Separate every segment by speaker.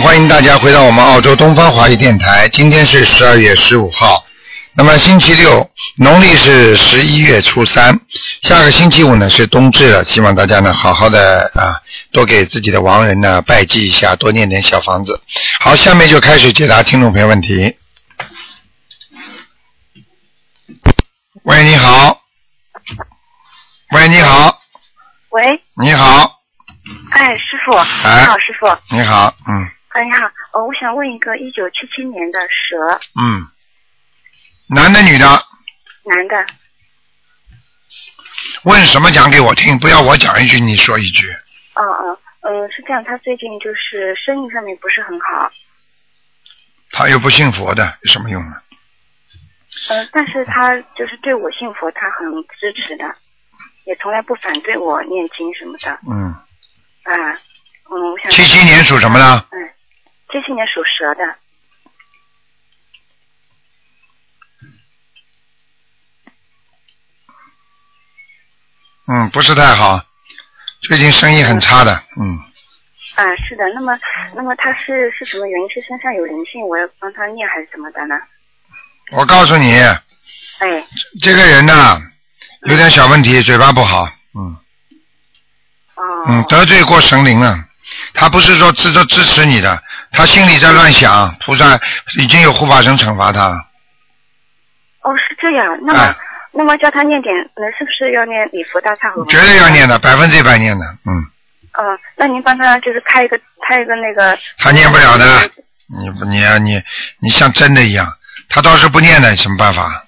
Speaker 1: 欢迎大家回到我们澳洲东方华语电台。今天是十二月十五号，那么星期六，农历是十一月初三。下个星期五呢是冬至了，希望大家呢好好的啊，多给自己的亡人呢拜祭一下，多念点小房子。好，下面就开始解答听众朋友问题。喂，你好。喂，你好，
Speaker 2: 喂，
Speaker 1: 你好，
Speaker 2: 哎，师傅，
Speaker 1: 哎
Speaker 2: 你好，师傅，
Speaker 1: 你好，嗯
Speaker 2: 哎，你好，呃，我想问一个一九七七年的蛇
Speaker 1: 嗯，男的女的？
Speaker 2: 男的，
Speaker 1: 问什么讲给我听，不要我讲一句你说一句。
Speaker 2: 嗯嗯嗯，是这样，他最近就是生意上面不是很好，
Speaker 1: 他又不信佛的，有什么用啊？
Speaker 2: 呃，但是他就是对我信佛，他很支持的，也从来不反对我念经什么的，
Speaker 1: 嗯，
Speaker 2: 啊，嗯，我想
Speaker 1: 七七年属什么呢？
Speaker 2: 七七年属蛇的，
Speaker 1: 嗯，不是太好，最近生意很差的。嗯，
Speaker 2: 啊，是的，那么那么他是是什么原因？是身上有灵性，我要帮他念还是怎么的呢？
Speaker 1: 我告诉你，
Speaker 2: 哎，
Speaker 1: 这个人呐、有点小问题，嘴巴不好。嗯
Speaker 2: 哦，
Speaker 1: 嗯，得罪过神灵了。他不是说支都支持你的，他心里在乱想，菩萨已经有护法神惩罚他了。
Speaker 2: 哦，是这样。那么，
Speaker 1: 啊
Speaker 2: 那么叫他念点，呃，是不是要念礼佛大忏悔文？
Speaker 1: 绝对要念的，百分之百念的。嗯，
Speaker 2: 嗯、那您帮他就是开一个开一个那个。
Speaker 1: 他念不了的你不你啊你你像真的一样，他倒是不念的，有什么办法？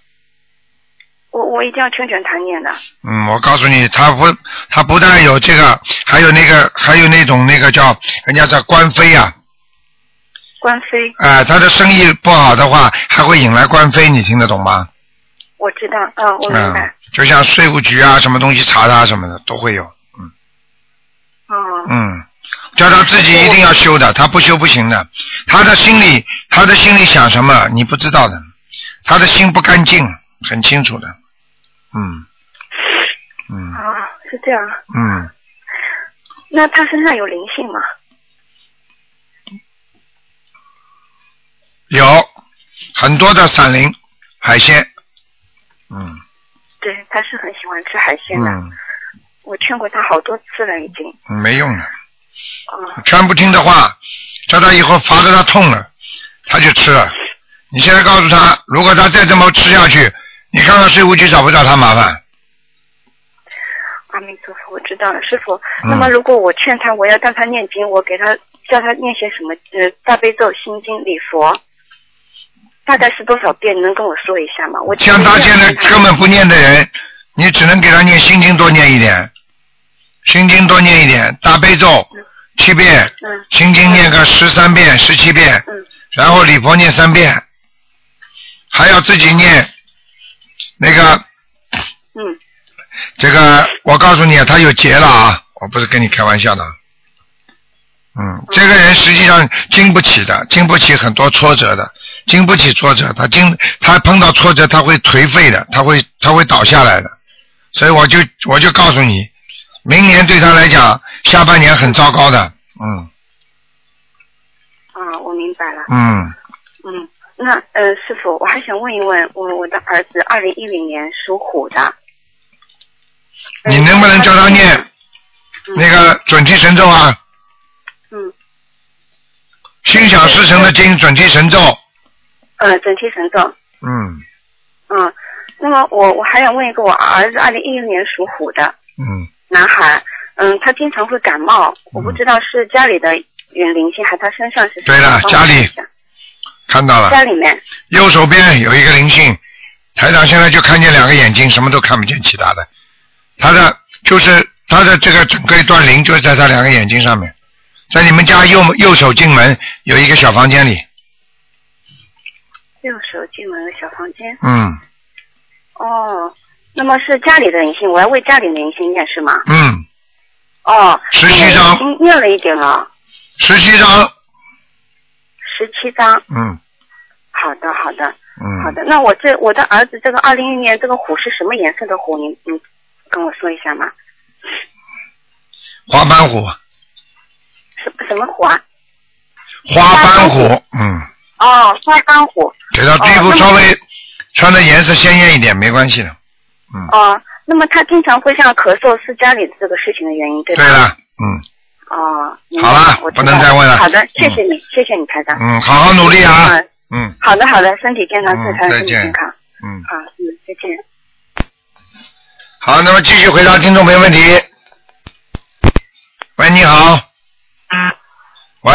Speaker 2: 我我一定要劝劝他念的。
Speaker 1: 嗯，我告诉你，他不，他不但有这个，还有那个，还有那种那个叫人家叫官非啊，
Speaker 2: 官非，
Speaker 1: 啊、他的生意不好的话，还会引来官非，你听得懂吗？
Speaker 2: 我知道，嗯、我明
Speaker 1: 嗯
Speaker 2: 白。，
Speaker 1: 就像税务局啊，什么东西查他什么的都会有，
Speaker 2: 嗯
Speaker 1: 嗯，叫他自己一定要修的，他不修不行的，他的心里，他的心里想什么，你不知道的，他的心不干净，很清楚的，嗯，嗯
Speaker 2: 啊，是这样。
Speaker 1: 嗯，
Speaker 2: 那他身上有灵性吗？
Speaker 1: 有很多的散灵海鲜，嗯
Speaker 2: 对，他是很喜欢吃海鲜的。
Speaker 1: 嗯，
Speaker 2: 我劝过他好多次了，已经。
Speaker 1: 没用的，
Speaker 2: 嗯、
Speaker 1: 全不听的话，叫他以后罚着他痛了，他就吃了。你现在告诉他，如果他再这么吃下去，你看看税务局找不找他麻烦？
Speaker 2: 阿弥陀佛，我知道了，师傅。
Speaker 1: 嗯
Speaker 2: 那么如果我劝他，我要让他念经，我给他叫他念些什么？呃，大悲咒、心经、礼佛，大概是多少遍？你能跟我说一下吗？我
Speaker 1: 像他现在根本不念的人，你只能给他念心经多念一点，心经多念一点，大悲咒七遍，
Speaker 2: 嗯
Speaker 1: 心经念个十三遍、十七遍，
Speaker 2: 嗯
Speaker 1: 然后礼佛念三遍，还要自己念那个
Speaker 2: 嗯
Speaker 1: 这个，我告诉你，他有劫了啊！我不是跟你开玩笑的啊。嗯，这个人实际上经不起的，经不起很多挫折的，经不起挫折，他经他碰到挫折，他会颓废的，他会他会倒下来的。所以我就我就告诉你，明年对他来讲，下半年很糟糕的。嗯
Speaker 2: 啊，我明白了。
Speaker 1: 嗯，
Speaker 2: 嗯，那呃，师傅，我还想问一问，我我的儿子二零一零年属虎的，呃
Speaker 1: 你能不能叫他念那个准提神咒啊？
Speaker 2: 嗯
Speaker 1: 心想事成的经准提神咒。
Speaker 2: 呃整体神咒？
Speaker 1: 嗯
Speaker 2: 嗯，那么我我还想问一个，我儿子二零一零年属虎的，
Speaker 1: 嗯，
Speaker 2: 男孩，嗯，他经常会感冒，我不知道是家里的远灵性，还是他身上是什么
Speaker 1: 对了家里看到了。
Speaker 2: 家里面
Speaker 1: 右手边有一个灵性，台长现在就看见两个眼睛，什么都看不见其他的。他的就是他的这个整个一段灵就是在他两个眼睛上面，在你们家右右手进门有一个小房间里，
Speaker 2: 右手进门的小房间。
Speaker 1: 嗯
Speaker 2: 哦，那么是家里的灵性，我要为家里的灵性念是吗？
Speaker 1: 嗯，
Speaker 2: 哦，
Speaker 1: 十七
Speaker 2: 那我已
Speaker 1: 张
Speaker 2: 经念了一点了，
Speaker 1: 十七张，
Speaker 2: 十七张。
Speaker 1: 嗯
Speaker 2: 好的，好的，好
Speaker 1: 嗯，
Speaker 2: 的。那我这我的儿子这个二零一年这个虎是什么颜色的虎？你你跟我说一下嘛？
Speaker 1: 滑板虎，
Speaker 2: 什什么虎啊？
Speaker 1: 花斑虎，哦嗯，
Speaker 2: 哦，花斑虎。
Speaker 1: 给他衣服稍微穿的颜色鲜艳一点，没关系的。嗯，
Speaker 2: 哦，那么他经常会像咳嗽是家里这个事情的原因，对吧？
Speaker 1: 对了，嗯
Speaker 2: 哦，明白
Speaker 1: 好了
Speaker 2: 我知
Speaker 1: 不能
Speaker 2: 道
Speaker 1: 再问了
Speaker 2: 好的，谢谢你，谢谢你，台长。
Speaker 1: 嗯，好好努力啊，
Speaker 2: 嗯
Speaker 1: 嗯
Speaker 2: 好的，好的，身体健康，
Speaker 1: 嗯
Speaker 2: 健康，
Speaker 1: 再
Speaker 2: 身体
Speaker 1: 见
Speaker 2: 健康。
Speaker 1: 嗯。
Speaker 2: 好，嗯，再见。
Speaker 1: 好，那么继续回答听众朋友问题。喂，你好。喂，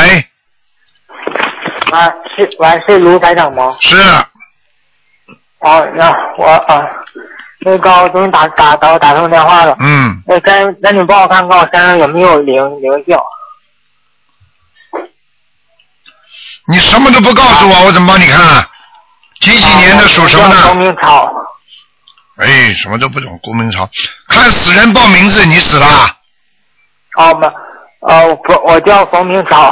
Speaker 3: 啊，是喂，是卢台长吗？
Speaker 1: 是
Speaker 3: 哦，那我啊，那个我终于打打打打通电话了。
Speaker 1: 嗯，
Speaker 3: 那三，那你帮我看看我身上有没有灵灵性？
Speaker 1: 你什么都不告诉我，我怎么帮你看啊？几几年
Speaker 3: 啊
Speaker 1: 的属什么
Speaker 3: 叫
Speaker 1: 的？
Speaker 3: 明草，
Speaker 1: 哎，什么都不懂，顾明朝。看死人报名字，你死了。
Speaker 3: 哦没，呃，我不我叫冯明草，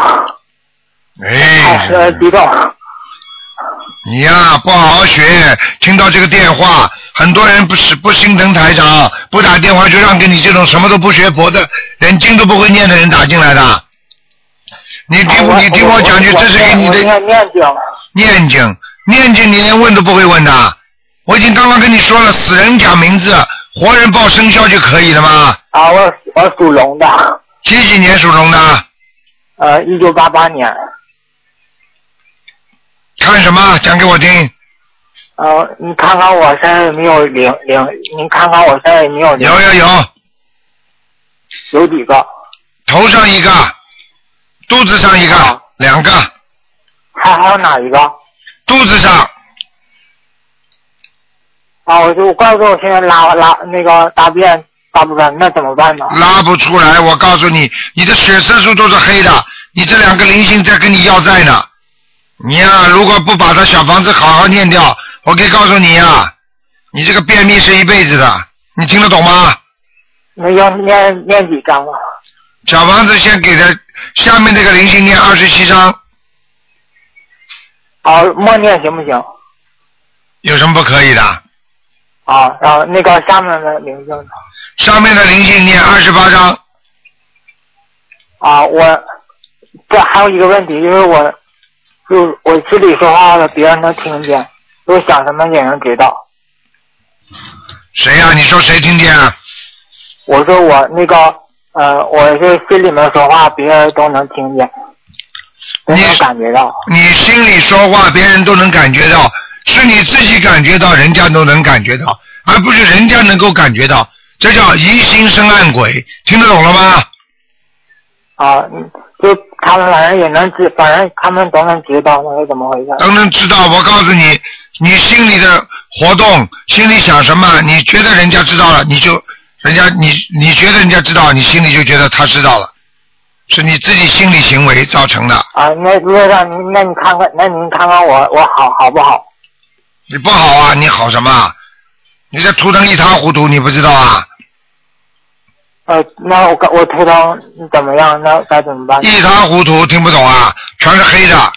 Speaker 1: 哎
Speaker 3: 哎，呃，激动。
Speaker 1: 你呀、不好好学，听到这个电话，很多人不是不心疼台长，不打电话就让给你这种什么都不学佛的，连经都不会念的人打进来的。你听
Speaker 3: 啊我
Speaker 1: 你听我讲句，这是给你
Speaker 3: 我
Speaker 1: 的
Speaker 3: 念念经，
Speaker 1: 念经，念经你连问都不会问的。我已经刚刚跟你说了，死人讲名字，活人报生肖就可以了吗？
Speaker 3: 啊，我我属龙的，
Speaker 1: 几几年属龙的？
Speaker 3: 呃，一九八八年，
Speaker 1: 看什么？讲给我听。
Speaker 3: 呃，你看看我身上有没有灵灵，您看看我身上有没有灵，
Speaker 1: 有有有，
Speaker 3: 有几个？
Speaker 1: 头上一个，肚子上一个
Speaker 3: 好，
Speaker 1: 两个，
Speaker 3: 啊还还有哪一个？
Speaker 1: 肚子上
Speaker 3: 啊，我就怪不得我现在拉拉那个大便大不出来，那怎么办呢？
Speaker 1: 拉不出来。我告诉你，你的血色素都是黑的，你这两个灵性在跟你要债呢。你呀、如果不把他小房子好好念掉，我可以告诉你呀、你这个便秘是一辈子的，你听得懂吗？
Speaker 3: 那要念念几张啊？
Speaker 1: 小房子先给他下面这个灵性念二十七章，
Speaker 3: 啊，默念行不行？
Speaker 1: 有什么不可以的？
Speaker 3: 啊，然后那个下面的灵性呢
Speaker 1: 上面的灵性念二十八章，
Speaker 3: 啊，我这还有一个问题，因为我就我心里说话了，别人能听见，我想什么也能知道。
Speaker 1: 谁呀、你说谁听见啊？
Speaker 3: 我说我那个呃，我是心里面说话，别人都能听见，都
Speaker 1: 你
Speaker 3: 能
Speaker 1: 是
Speaker 3: 感觉到。
Speaker 1: 你心里说话，别人都能感觉到，是你自己感觉到，人家都能感觉到，而不是人家能够感觉到，这叫疑心生暗鬼，听得懂了吗？
Speaker 3: 啊，嗯就他们反正也能知，反正他们都能知道我是怎么回事。
Speaker 1: 都能知道。我告诉你，你心里的活动，心里想什么，你觉得人家知道了，你就人家你你觉得人家知道，你心里就觉得他知道了，是你自己心理行为造成的。
Speaker 3: 啊，那那让您，那你看看，那您看看我，我好好不好？
Speaker 1: 你不好啊，你好什么啊？你这涂成一塌糊涂，你不知道啊？
Speaker 3: 呃，那我刚我头疼怎么样？那该怎么办？
Speaker 1: 一塌糊涂，听不懂啊，全是黑的。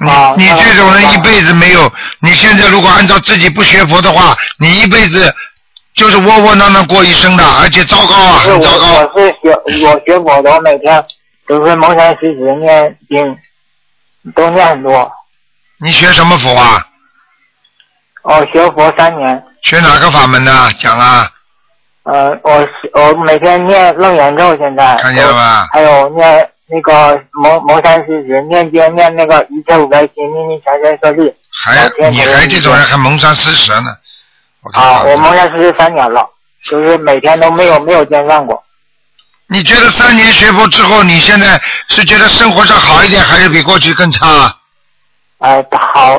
Speaker 1: 你
Speaker 3: 啊
Speaker 1: 你
Speaker 3: 那
Speaker 1: 这种人
Speaker 3: 那
Speaker 1: 一辈子没有，你现在如果按照自己不学佛的话，你一辈子就是窝窝囊囊过一生的，而且糟糕啊，
Speaker 3: 是我
Speaker 1: 很糟糕。
Speaker 3: 我是学我学佛的，我每天都是蒙山学习念经，都念很多。
Speaker 1: 你学什么佛啊？
Speaker 3: 我哦学佛三年，
Speaker 1: 学哪个法门呢？讲啊，
Speaker 3: 呃，我是我每天念楞严咒，现在
Speaker 1: 看见了吧？
Speaker 3: 还有念那个蒙蒙山师时念经念那个一切五百心秘密全身舍利
Speaker 1: 还
Speaker 3: 我听
Speaker 1: 你
Speaker 3: 过
Speaker 1: 还
Speaker 3: 一
Speaker 1: 这
Speaker 3: 遍
Speaker 1: 种人还蒙山施舌呢？我看
Speaker 3: 啊！
Speaker 1: 看
Speaker 3: 我蒙山师三年了，就是每天都没有没有间断过。
Speaker 1: 你觉得三年学佛之后，你现在是觉得生活上好一点，还是比过去更差啊？
Speaker 3: 哎，好，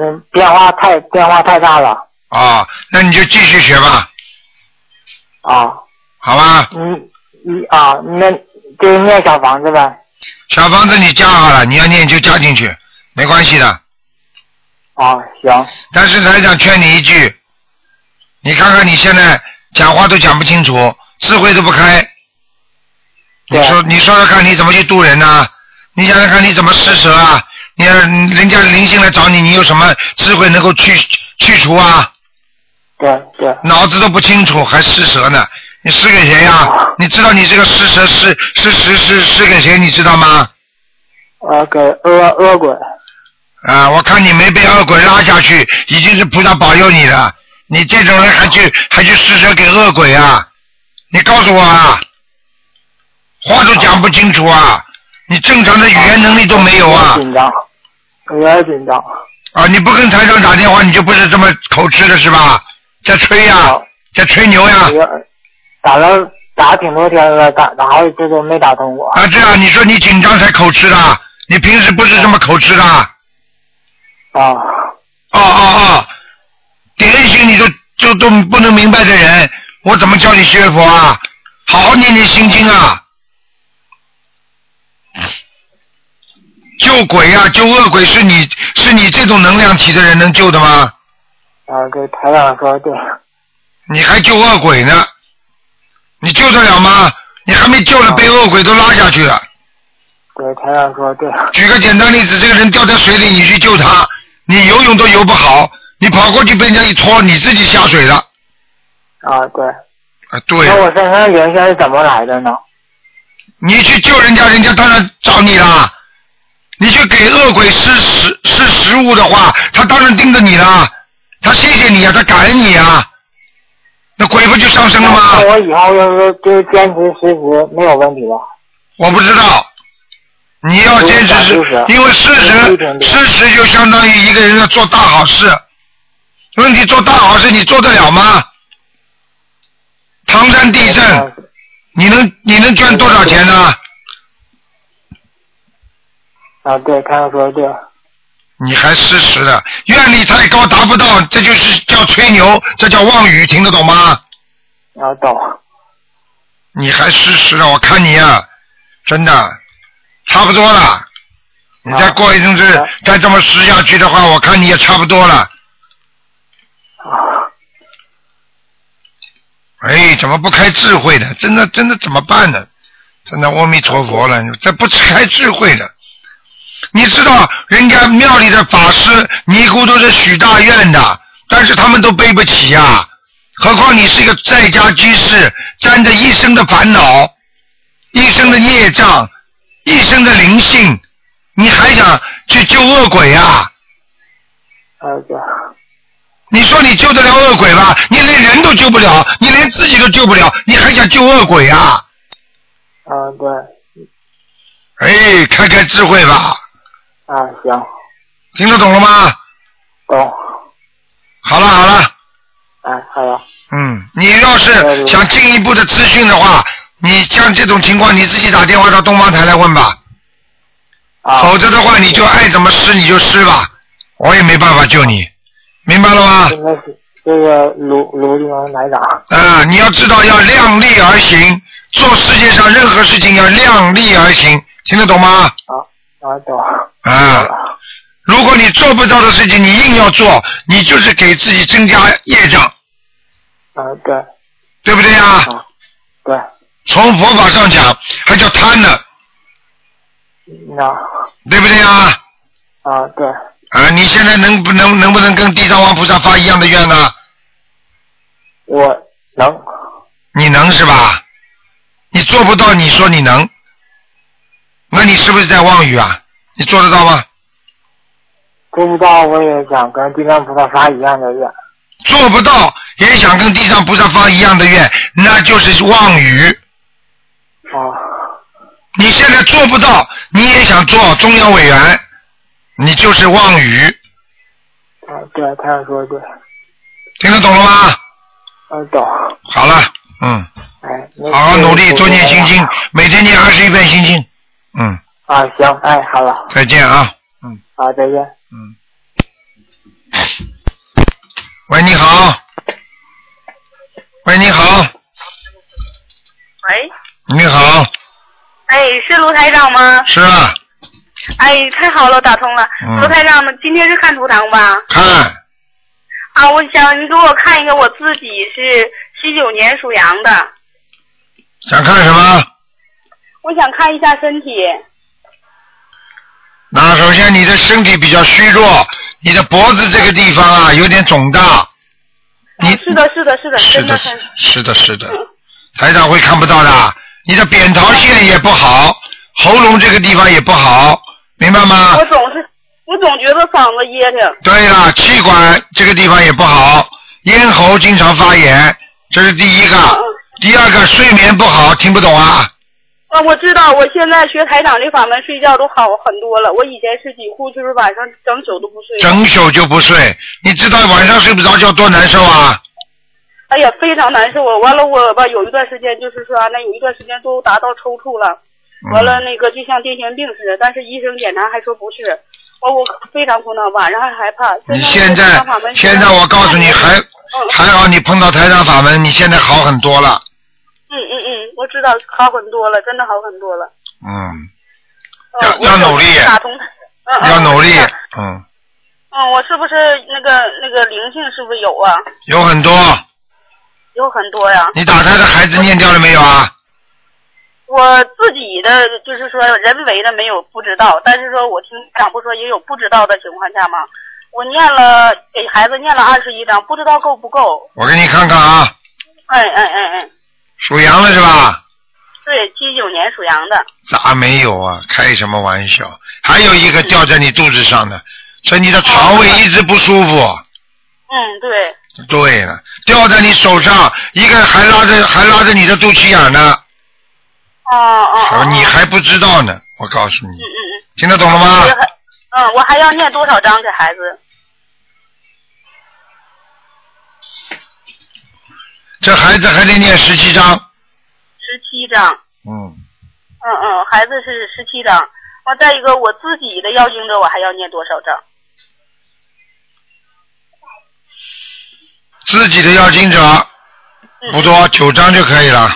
Speaker 3: 嗯，变化太变化太大了
Speaker 1: 啊，那你就继续学吧，
Speaker 3: 啊！
Speaker 1: 好吧？
Speaker 3: 嗯，你啊，那就是念小房子呗
Speaker 1: 小房子你加好了，你要念就加进去，没关系的。
Speaker 3: 啊，行
Speaker 1: 但是台长劝你一句，你看看你现在讲话都讲不清楚，智慧都不开。你
Speaker 3: 对
Speaker 1: 说你说说看，你怎么去度人呢、你想想看，你怎么施舍啊？你看人家灵性来找你，你有什么智慧能够去去除啊？
Speaker 3: 对对
Speaker 1: 脑子都不清楚还施舍呢？你 施给谁呀、你知道你这个施舍是是是是施给谁？你知道吗？
Speaker 3: 呃，给恶恶鬼，
Speaker 1: 啊，我看你没被恶鬼拉下去，已经是菩萨保佑你了。你这种人还去还去施舍给恶鬼啊？你告诉我啊，话都讲不清楚啊，你正常的语言能力都没有啊
Speaker 3: 有点！紧张，有点紧张。
Speaker 1: 啊，你不跟台长打电话，你就不是这么口吃的是吧？在吹呀、
Speaker 3: 好
Speaker 1: 在吹牛呀、
Speaker 3: 有点打了打挺多天了，打打好几次都没打通过。
Speaker 1: 啊，这样你说你紧张才口吃的，你平时不是这么口吃的？
Speaker 3: 啊，
Speaker 1: 哦哦哦，典型你都都都不能明白的人，我怎么教你学佛啊？好好念念心经啊！救鬼啊，救恶鬼是你是你这种能量体的人能救的吗？
Speaker 3: 啊，给台长说对，
Speaker 1: 你还救恶鬼呢？你救得了吗？你还没救了，被恶鬼都拉下去了。
Speaker 3: 给台长说对，
Speaker 1: 举个简单例子，这个人掉在水里，你去救他，你游泳都游不好，你跑过去被人家一拖，你自己下水了。
Speaker 3: 啊对。
Speaker 1: 啊，对。
Speaker 3: 那我身上灵性是怎么来的呢？
Speaker 1: 你去救人家，人家当然找你啦。你去给恶鬼施食施食物的话，他当然盯着你啦。他谢谢你啊，他感恩你啊，那鬼不就上升了吗
Speaker 3: 那？我以后要是就是坚持实习没有问题吧？
Speaker 1: 我不知道。你要坚持
Speaker 3: 我打
Speaker 1: 是
Speaker 3: 六，十
Speaker 1: 因为事
Speaker 3: 我一啊
Speaker 1: 实
Speaker 3: 点点
Speaker 1: 事实就相当于一个人要做大好事。问题做大好事，你做得了吗？唐山地震，你能你能捐多少钱呢？
Speaker 3: 啊，对，台长说的对，啊
Speaker 1: 你还失实了，愿力太高达不到，这就是叫吹牛，这叫妄语，听得懂吗？
Speaker 3: 然后懂。
Speaker 1: 你还失实了，我看你啊，真的差不多了。你再过一阵子、
Speaker 3: 啊
Speaker 1: 再这么试下去的话，我看你也差不多了。
Speaker 3: 啊，
Speaker 1: 哎，怎么不开智慧的？真的真的怎么办呢？真的阿弥陀佛了，这不开智慧的。你知道人家庙里的法师尼姑都是许大愿的，但是他们都背不起呀、何况你是一个在家居士，沾着一生的烦恼，一生的孽障，一生的灵性，你还想去救恶鬼啊？
Speaker 3: 啊对，
Speaker 1: 你说你救得了恶鬼吧？你连人都救不了，你连自己都救不了，你还想救恶鬼啊？
Speaker 3: 啊对，
Speaker 1: 哎，开开智慧吧，
Speaker 3: 啊行，
Speaker 1: 听得懂了吗？
Speaker 3: 懂。
Speaker 1: 好了好了，
Speaker 3: 哎，还有，
Speaker 1: 嗯，你要是想进一步的资讯的话，你像这种情况，你自己打电话到东方台来问吧，
Speaker 3: 啊，
Speaker 1: 否则的话你就爱怎么施你就施吧，我也没办法救你，明白了吗？
Speaker 3: 应该是这个卢卢金龙台长。
Speaker 1: 啊、你要知道要量力而行，做世界上任何事情要量力而行，听得懂吗？
Speaker 3: 啊啊懂。
Speaker 1: 啊、如果你做不到的事情你硬要做，你就是给自己增加业障，
Speaker 3: 啊对
Speaker 1: 对不对呀、
Speaker 3: 啊对，
Speaker 1: 从佛法上讲，还叫贪呢，
Speaker 3: 那
Speaker 1: 对不对啊？
Speaker 3: 嗯啊对
Speaker 1: 啊，你现在能不能能不能跟地藏王菩萨发一样的愿呢？
Speaker 3: 我能
Speaker 1: 你能是吧？你做不到，你说你能，那你是不是在妄语啊？你做得到吗？
Speaker 3: 做不到，我也想跟金刚菩萨发一样的愿。
Speaker 1: 做不到也想跟地藏菩萨发一样的愿，那就是妄语。
Speaker 3: 啊
Speaker 1: 你现在做不到，你也想做中央委员，你就是妄语，
Speaker 3: 啊对，台长说的对，
Speaker 1: 听得懂了吗？
Speaker 3: 啊懂。
Speaker 1: 好了，嗯，
Speaker 3: 哎，
Speaker 1: 好好努力，多念心经
Speaker 3: 经。，
Speaker 1: 每天念二十一遍心经，嗯。
Speaker 3: 啊，行，哎，好了，
Speaker 1: 再见啊。
Speaker 3: 好，再见。
Speaker 1: 嗯。喂，你好。喂，你好，
Speaker 4: 喂，
Speaker 1: 你好，
Speaker 4: 哎，是卢台长吗？
Speaker 1: 是啊，
Speaker 4: 哎，太好了，打通了。
Speaker 1: 嗯
Speaker 4: 卢台长，今天是看图腾吧？
Speaker 1: 看
Speaker 4: 啊，我想你给我看一个，我自己是七九年属羊的，
Speaker 1: 想看什么？
Speaker 4: 我想看一下身体。
Speaker 1: 那首先你的身体比较虚弱，你的脖子这个地方啊有点肿大，
Speaker 4: 嗯
Speaker 1: 你
Speaker 4: 哦是的，是的，是的，
Speaker 1: 是
Speaker 4: 真
Speaker 1: 的
Speaker 4: 很。，
Speaker 1: 是的，是的，台长会看不到的。你的扁桃腺也不好，喉咙这个地方也不好，明白吗
Speaker 4: 我？总是我总觉得嗓子噎着。
Speaker 1: 对了，气管这个地方也不好，咽喉经常发炎，这是第一
Speaker 4: 嗯
Speaker 1: 个。第二个，睡眠不好，听不懂啊？
Speaker 4: 啊，我知道，我现在学台长这法门，睡觉都好很多了。我以前是几乎就是晚上整宿都不睡，
Speaker 1: 整宿就不睡，你知道晚上睡不着觉多难受啊？
Speaker 4: 哎呀，非常难受啊。完了，我吧有一段时间就是说、啊，那有一段时间都达到抽搐了。
Speaker 1: 嗯
Speaker 4: 完了，那个就像癫痫病似的，但是医生检查还说不是。完，我非常苦恼，晚上还害怕。
Speaker 1: 你现
Speaker 4: 现
Speaker 1: 在现在我告诉你，还
Speaker 4: 嗯
Speaker 1: 还好你碰到台长法门，你现在好很多了。
Speaker 4: 嗯嗯嗯，我知道好很多了，真的好很多了。
Speaker 1: 嗯，
Speaker 4: 嗯
Speaker 1: 要要努力
Speaker 4: 我有打通，嗯嗯
Speaker 1: 要努力
Speaker 4: 我知道。
Speaker 1: 嗯，
Speaker 4: 嗯，我是不是那个那个灵性是不是有啊？
Speaker 1: 有很多。
Speaker 4: 有很多呀。
Speaker 1: 你打胎的孩子念掉了没有啊？
Speaker 4: 我自己的就是说人为的没有不知道，但是说我听长不说也有不知道的情况下嘛。我念了给孩子念了二十一章，不知道够不够。
Speaker 1: 我给你看看啊，
Speaker 4: 哎哎哎哎，
Speaker 1: 属羊了是吧？
Speaker 4: 对，七九年属羊的。
Speaker 1: 咋没有啊？开什么玩笑？还有一个掉在你肚子上的，所以你的肠胃一直不舒服。
Speaker 4: 嗯，对，
Speaker 1: 对了，掉在你手上，一个还拉着还拉着你的肚脐眼呢，
Speaker 4: 哦哦哦。
Speaker 1: 你还不知道呢。我告诉你
Speaker 4: 嗯，嗯嗯。
Speaker 1: 听得懂了
Speaker 4: 我
Speaker 1: 吗？
Speaker 4: 还嗯，我还要念多少章给孩子？
Speaker 1: 这孩子还得念十七章。
Speaker 4: 十七章。
Speaker 1: 嗯，
Speaker 4: 嗯嗯，孩子是十七章。完，再一个我自己的要经者，我还要念多少章？
Speaker 1: 自己的要经者
Speaker 4: 嗯
Speaker 1: 不多，九章就可以了。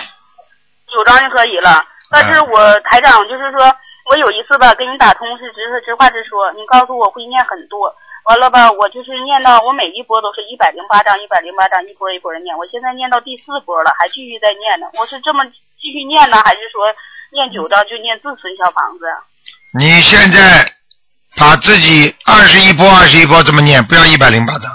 Speaker 4: 九张就可以了。但是
Speaker 1: 嗯
Speaker 4: 我台长就是说，我有一次吧跟你打通是直说直话直说，你告诉我会念很多，完了吧我就是念到我每一波都是一百零八章，一百零八章，一波一波的念，我现在念到第四波了，还继续在念呢。我是这么继续念呢，还是说念九章就念自存小房子？
Speaker 1: 你现在把自己二十一波、二十一波这么念，不要一百零八章。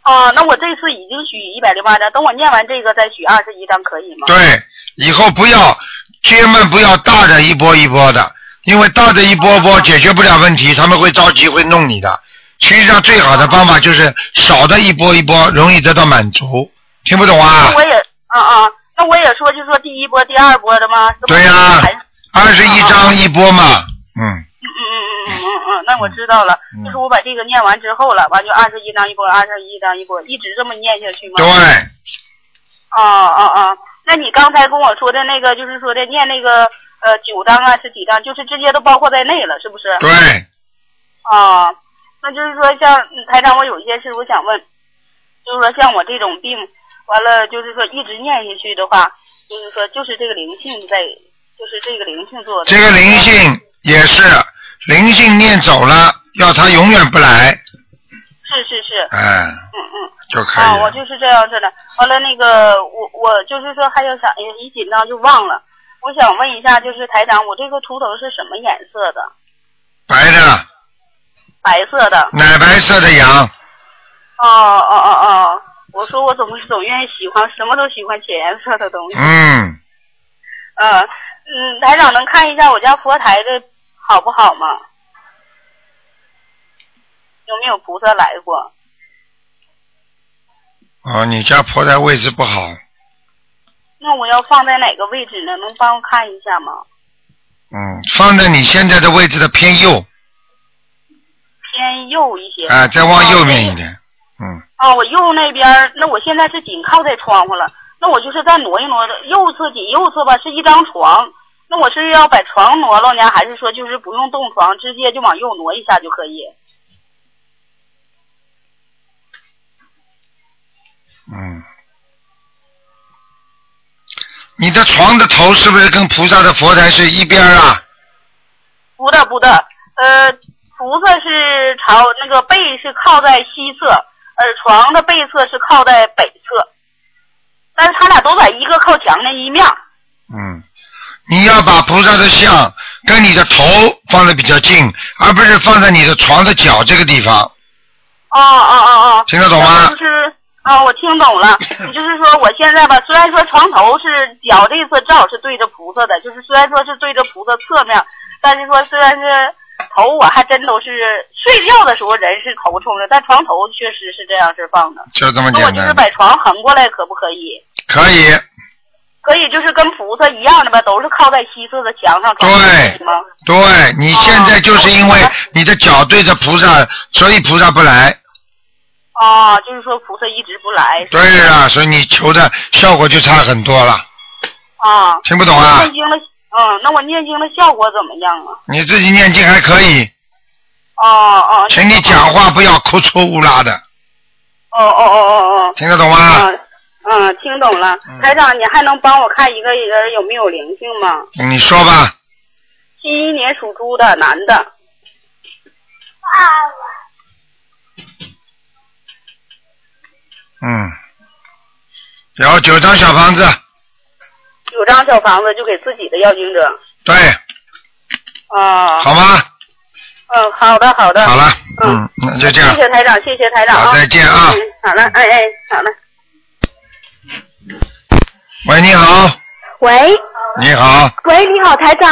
Speaker 4: 啊，那我这次已经许一百零八章，等我念完这个再许二十一章可以吗？
Speaker 1: 对，以后不要接们不要大的一波一波的，因为大的一波波
Speaker 4: 嗯
Speaker 1: 解决不了问题，他们会着急会弄你的。实际上最好的方法就是少的一波一波，容易得到满足。听不懂啊
Speaker 4: 那？我也，啊啊，那我也说就说第一波、第二波的吗？是不是
Speaker 1: 对呀
Speaker 4: 还是
Speaker 1: 二十一章一波嘛，嗯，
Speaker 4: 嗯嗯嗯嗯嗯嗯嗯，那我知道了，就是我把这个念完之后了，完就二十一章一波，二十一章一波，一直这么念下去吗？
Speaker 1: 对，
Speaker 4: 哦哦哦，那你刚才跟我说的那个，就是说的念那个呃九章啊，是几章，就是这些都包括在内了，是不是？
Speaker 1: 对，
Speaker 4: 啊、那就是说像嗯台长，我有一些事我想问，就是说像我这种病，完了就是说一直念下去的话，就是说就是这个灵性在，就是这个灵性做的。
Speaker 1: 这个灵性也是灵性念走了，要他永远不来，
Speaker 4: 是是是，
Speaker 1: 哎，
Speaker 4: 嗯嗯。
Speaker 1: 就可以
Speaker 4: 啊，我
Speaker 1: 了。
Speaker 4: 就是这样式的。完了，那个我我就是说，还有想一紧张就忘了。我想问一下，就是台长，我这个图腾是什么颜色的？
Speaker 1: 白的
Speaker 4: 白色的。
Speaker 1: 奶白色的羊，
Speaker 4: 哦哦哦哦，我说我总总愿意喜欢什么都喜欢浅颜色的东西。
Speaker 1: 嗯，
Speaker 4: 嗯、嗯，台长能看一下我家佛台的好不好吗？有没有菩萨来过？
Speaker 1: 哦，你家婆台位置不好，
Speaker 4: 那我要放在哪个位置呢？能帮我看一下吗？
Speaker 1: 嗯，放在你现在的位置的偏右，
Speaker 4: 偏右一些。
Speaker 1: 啊、再往右面一点，嗯，
Speaker 4: 啊，我右那边儿，那我现在是紧靠在窗户了，那我就是再挪一挪，右侧紧右侧吧是一张床，那我是要把床挪了呢，还是说就是不用动床，直接就往右挪一下就可以？
Speaker 1: 嗯。你的床的头是不是跟菩萨的佛台是一边儿啊？
Speaker 4: 不的不的，呃，菩萨是朝那个背是靠在西侧，而床的背侧是靠在北侧，但是他俩都在一个靠墙的一面儿。
Speaker 1: 嗯，你要把菩萨的像跟你的头放的比较近，而不是放在你的床的脚这个地方，
Speaker 4: 哦哦哦哦，
Speaker 1: 听得懂吗
Speaker 4: 就？是啊，我听 懂了。你就是说，我现在吧，虽然说床头是脚这一侧正好是对着菩萨的，就是虽然说是对着菩萨侧面，但是说虽然是头我还真都是睡觉的时候人是头冲着，但床头确实是这样式放的。
Speaker 1: 就这么
Speaker 4: 那我
Speaker 1: 简
Speaker 4: 就是
Speaker 1: 单，
Speaker 4: 把床横过来，可不可以？
Speaker 1: 可以，
Speaker 4: 可以，就是跟菩萨一样的吧，都是靠在西侧的墙上。床头
Speaker 1: 对
Speaker 4: 是吗？
Speaker 1: 对你现在就是因
Speaker 4: 哦
Speaker 1: 为你的脚对着菩萨，所以菩萨不来。
Speaker 4: 啊，就是说菩萨一直不来。是吧
Speaker 1: 对了，所以你求的效果就差很多了，
Speaker 4: 啊。
Speaker 1: 听不懂啊
Speaker 4: 那我？念经的，嗯，那我念经的效果怎么样啊？
Speaker 1: 你自己念经还可以，
Speaker 4: 哦哦。
Speaker 1: 请你讲。话不要哭粗乌拉的，
Speaker 4: 哦哦哦哦哦。
Speaker 1: 听得懂吗？
Speaker 4: 嗯嗯，听懂了
Speaker 1: 嗯。
Speaker 4: 台长，你还能帮我看一个人有没有灵性吗？
Speaker 1: 你说吧，
Speaker 4: 七一年属猪的男的，
Speaker 1: 嗯，有九张小房子，
Speaker 4: 有张小房子就给自己的要经者。
Speaker 1: 对，
Speaker 4: 啊。
Speaker 1: 好吗？
Speaker 4: 嗯，好的好的。
Speaker 1: 好了，
Speaker 4: 嗯
Speaker 1: 嗯，那就这样
Speaker 4: 谢，谢台长，谢谢台长啊。
Speaker 1: 好，再见啊
Speaker 4: 嗯。，好了，哎哎，好了。
Speaker 1: 喂，你好，
Speaker 5: 喂
Speaker 1: 你好，
Speaker 5: 喂，你好，台长。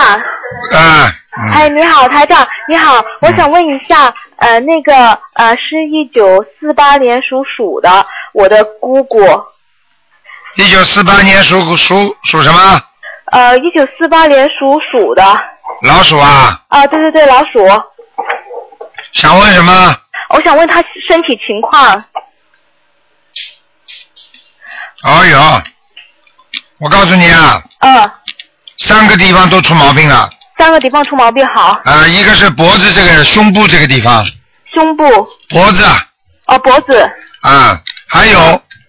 Speaker 1: 啊，嗯，
Speaker 5: 哎，你好，台长，你好，我想问一下，呃，那个呃，是一九四八年属鼠的，我的姑姑，
Speaker 1: 一九四八年属属属什么？
Speaker 5: 呃，一九四八年属鼠的，
Speaker 1: 老鼠啊？
Speaker 5: 啊、对对对，老鼠，
Speaker 1: 想问什么？
Speaker 5: 我想问她身体情况，
Speaker 1: 哎呦，我告诉你啊，
Speaker 5: 嗯、
Speaker 1: 三个地方都出毛病了啊、
Speaker 5: 三个地方出毛病好，
Speaker 1: 一个是脖子这个胸部这个地方，
Speaker 5: 胸部，哦、
Speaker 1: 脖子啊、
Speaker 5: 脖子，
Speaker 1: 还有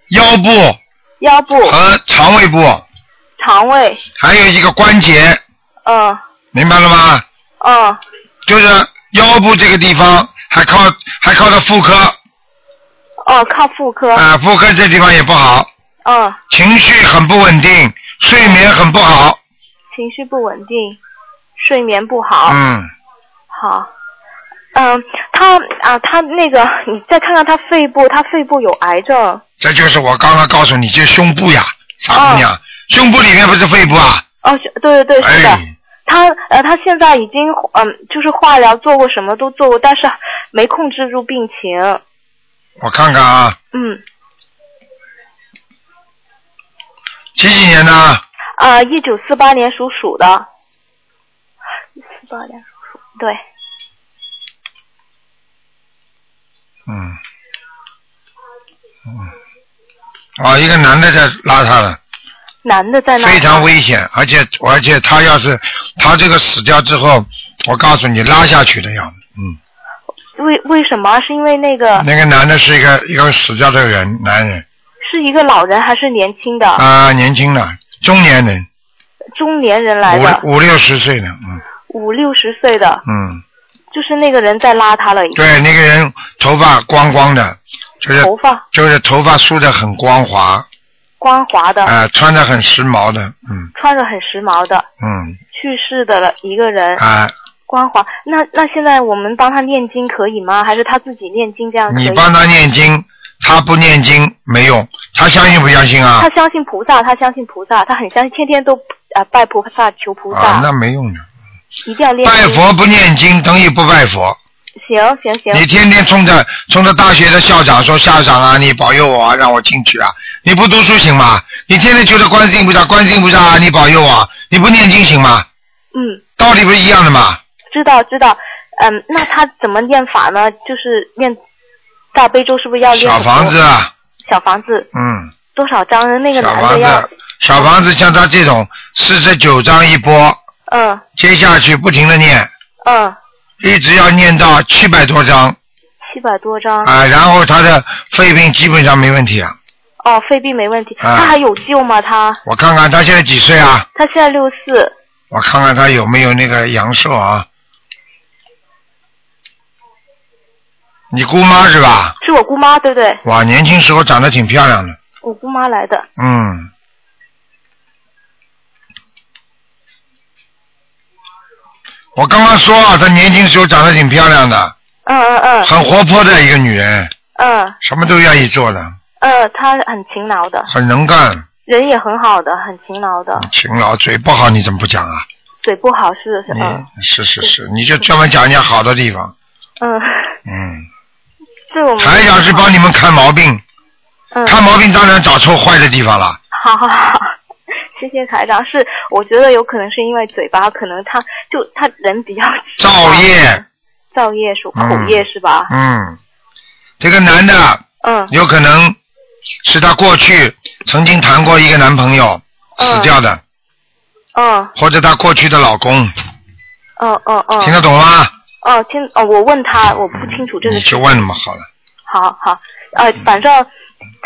Speaker 1: 腰部
Speaker 5: 腰部，
Speaker 1: 和肠胃部，
Speaker 5: 肠胃，
Speaker 1: 还有一个关节，
Speaker 5: 嗯、
Speaker 1: 明白了吗？
Speaker 5: 嗯、
Speaker 1: 就是腰部这个地方还靠还靠着妇科啊、
Speaker 5: 哦、靠妇科，嗯、
Speaker 1: 妇科这地方也不好，
Speaker 5: 呃
Speaker 1: 情绪很不稳定，睡眠很不好，
Speaker 5: 情绪不稳定，睡眠不好，
Speaker 1: 嗯，
Speaker 5: 好，嗯，他啊，他那个，你再看看他肺部，他肺部有癌症，
Speaker 1: 这就是我刚刚告诉你，这胸部呀，傻姑娘，胸部里面不是肺部啊？
Speaker 5: 哦，是对对对，是的，
Speaker 1: 哎，
Speaker 5: 他呃，他现在已经嗯，就是化疗做过，什么都做过，但是没控制住病情，
Speaker 1: 我看看啊，
Speaker 5: 嗯，
Speaker 1: 几几年的？
Speaker 5: 啊，一九四八年属鼠的，四八年属鼠，对，
Speaker 1: 嗯，嗯，啊，一个男的在拉他了，
Speaker 5: 男的在那，
Speaker 1: 非常，危险，而且而且他要是他这个死掉之后，我告诉你，拉下去的要，嗯，
Speaker 5: 为为什么？是因为那个
Speaker 1: 那个男的是一个一个死掉的人，男人
Speaker 5: 是一个老人还是年轻的、
Speaker 1: 啊，年轻的中年人，
Speaker 5: 中年人来的，
Speaker 1: 五五六十岁的，嗯
Speaker 5: 五六十岁的，
Speaker 1: 嗯。
Speaker 5: 就是那个人在拉他了，已经
Speaker 1: 对，那个人头发光光的，就是
Speaker 5: 头发。
Speaker 1: 就是头发梳得很光滑，啊、
Speaker 5: 光滑的，
Speaker 1: 穿得很时髦的，嗯
Speaker 5: 穿着很时髦的，
Speaker 1: 嗯
Speaker 5: 去世的了一个人，
Speaker 1: 啊、
Speaker 5: 光滑。那那现在我们帮他念经可以吗？还是他自己念经这啊样可以？
Speaker 1: 你帮他念经，他不念经没用，他相信不相信啊
Speaker 5: 他？相信菩萨，他相信菩萨，他很相信，天天都啊、呃拜菩萨求菩萨，
Speaker 1: 啊，那没用的，
Speaker 5: 一定要念
Speaker 1: 拜
Speaker 5: 经。
Speaker 1: 佛不念经等于不拜佛。
Speaker 5: 行行
Speaker 1: 你
Speaker 5: 行，
Speaker 1: 天天冲着冲着大学的校长说校长啊，你保佑我啊，让我进去啊！你不读书行吗？你天天求着观世音菩萨，观世音菩萨啊，你保佑我啊！你不念经行吗？
Speaker 5: 嗯，
Speaker 1: 道理不是一样的吗？
Speaker 5: 知道知道，嗯，那他怎么念法呢？就是念大悲咒，是不是要念
Speaker 1: 小
Speaker 5: 很多
Speaker 1: 房子，啊，
Speaker 5: 小房子
Speaker 1: 嗯。
Speaker 5: 多少张？那个
Speaker 1: 小
Speaker 5: 男的
Speaker 1: 房
Speaker 5: 哎要，
Speaker 1: 子，小房子像他这种四十九章一波，
Speaker 5: 嗯
Speaker 1: 接下去不停的念，
Speaker 5: 嗯，
Speaker 1: 一直要念到七百多章
Speaker 5: 七百多张。
Speaker 1: 啊、然后他的肺病基本上没问题啊。
Speaker 5: 哦，肺病没问题，
Speaker 1: 啊
Speaker 5: 他还有救吗？他
Speaker 1: 我看看他现在几岁啊？
Speaker 5: 他现在六四，
Speaker 1: 我看看他有没有那个阳寿啊？你姑妈是吧？
Speaker 5: 是我姑妈对不对？
Speaker 1: 哇，年轻时候长得挺漂亮的，
Speaker 5: 我姑妈来的，
Speaker 1: 嗯。我刚刚说啊，她年轻时候长得挺漂亮的，
Speaker 5: 嗯嗯
Speaker 1: 很活泼的一个女人，
Speaker 5: 嗯嗯
Speaker 1: 什么都愿意做的，
Speaker 5: 嗯，她很勤劳的，
Speaker 1: 很能干，嗯
Speaker 5: 人也很好的，很勤劳的，
Speaker 1: 勤劳，嘴不好你怎么不讲啊？
Speaker 5: 嘴不好是什
Speaker 1: 你
Speaker 5: 么？
Speaker 1: 是是是，你就专门讲人家好的地方。
Speaker 5: 嗯，
Speaker 1: 嗯，
Speaker 5: 对我们
Speaker 1: 台长是帮你们看毛病，
Speaker 5: 嗯，
Speaker 1: 看毛病当然找错坏的地方了。
Speaker 5: 好好好，谢谢台长。是，我觉得有可能是因为嘴巴，可能他就他人比较
Speaker 1: 造业，
Speaker 5: 造业属口
Speaker 1: 嗯
Speaker 5: 业、是吧？
Speaker 1: 嗯，这个男的
Speaker 5: 嗯
Speaker 1: 有可能是他过去曾经谈过一个男朋友死掉的，
Speaker 5: 嗯
Speaker 1: 或者他过去的老公，
Speaker 5: 嗯嗯
Speaker 1: 听
Speaker 5: 嗯，
Speaker 1: 得懂吗？
Speaker 5: 哦听哦，我问他，我不清楚这
Speaker 1: 嗯
Speaker 5: 个
Speaker 1: 你
Speaker 5: 事
Speaker 1: 去
Speaker 5: 情。
Speaker 1: 问嘛好了。
Speaker 5: 好好，呃，反正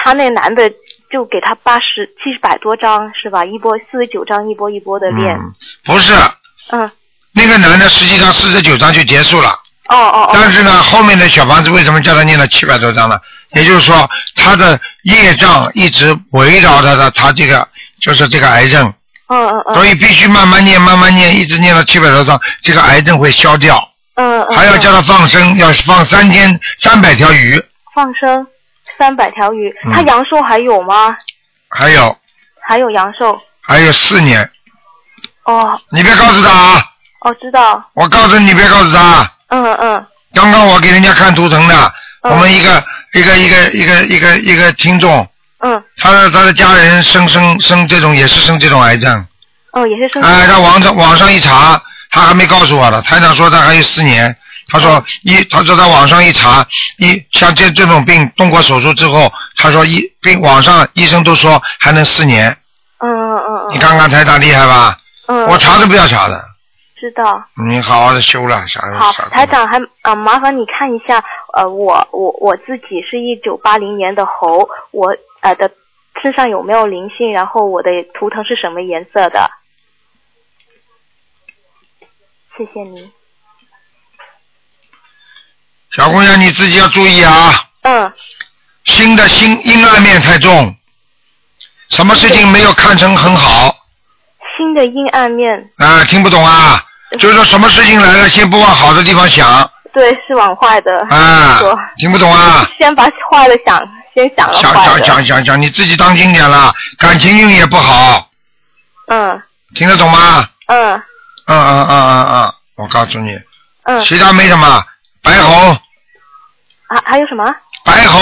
Speaker 5: 他那男的就给他八十七十百多张是吧？一波四十九张，一波一波的练。
Speaker 1: 嗯，不是
Speaker 5: 嗯，
Speaker 1: 那个男的，实际上四十九章就结束了。
Speaker 5: 哦哦哦，
Speaker 1: 但是呢，后面的小房子为什么叫他念了七百多章呢？也就是说，他的业障一直围绕着他，他这个就是这个癌症，
Speaker 5: 嗯
Speaker 6: 哦
Speaker 5: 嗯嗯
Speaker 1: 所以必须慢慢念，慢慢念，一直念到七百多章，这个癌症会消掉。
Speaker 5: 嗯嗯，
Speaker 1: 还要
Speaker 5: 嗯
Speaker 1: 叫他放生，要放三千三百条鱼，
Speaker 5: 放生三百条鱼，
Speaker 1: 嗯
Speaker 5: 他阳寿还有吗？
Speaker 1: 还有
Speaker 5: 还有阳寿？
Speaker 1: 还有四年。
Speaker 5: 哦
Speaker 1: 你别告诉他啊！
Speaker 5: 哦，知道，
Speaker 1: 我告诉你，别告诉他啊。
Speaker 5: 嗯嗯
Speaker 1: 刚刚我给人家看图腾的，
Speaker 5: 嗯
Speaker 1: 我们一个一个一个一个一个一个听众，
Speaker 5: 嗯
Speaker 1: 他的他的家人生生生这种也是生这种癌症，
Speaker 5: 嗯，也是生
Speaker 1: 哎，他网上网上一查，他还没告诉我了。台长说他还有四年，他说一，他说他网上一查，一像这这种病动过手术之后，他说医病网上医生都说还能四年，
Speaker 5: 嗯嗯嗯
Speaker 1: 你看看台长厉害吧？
Speaker 5: 嗯，
Speaker 1: 我
Speaker 5: 嗯
Speaker 1: 查都不要查的，
Speaker 5: 知道。
Speaker 1: 你好好的修了，啥
Speaker 5: 好，
Speaker 1: 啥。
Speaker 5: 台长还啊、麻烦你看一下，呃，我我我自己是一九八零年的猴，我呃的身上有没有灵性，然后我的图腾是什么颜色的？谢谢您。
Speaker 1: 小姑娘你自己要注意啊。
Speaker 5: 嗯
Speaker 1: 心的心阴暗面太重，什么事情没有看成很好
Speaker 5: 新的阴暗面，
Speaker 1: 啊、听不懂啊？就是说什么事情来了，先不往好的地方想啊、
Speaker 5: 对，是往坏的。说
Speaker 1: 听不懂啊？
Speaker 5: 先把坏的想，先想了
Speaker 1: 想
Speaker 5: 坏
Speaker 1: 想
Speaker 5: 的。
Speaker 1: 想想想，你自己当心点啦，感情运也不好，
Speaker 5: 嗯
Speaker 1: 听得懂吗？
Speaker 5: 嗯
Speaker 1: 嗯嗯嗯嗯嗯，我告诉你，
Speaker 5: 嗯，
Speaker 1: 其他没什么，白猴，
Speaker 5: 还、还有什么？
Speaker 1: 白猴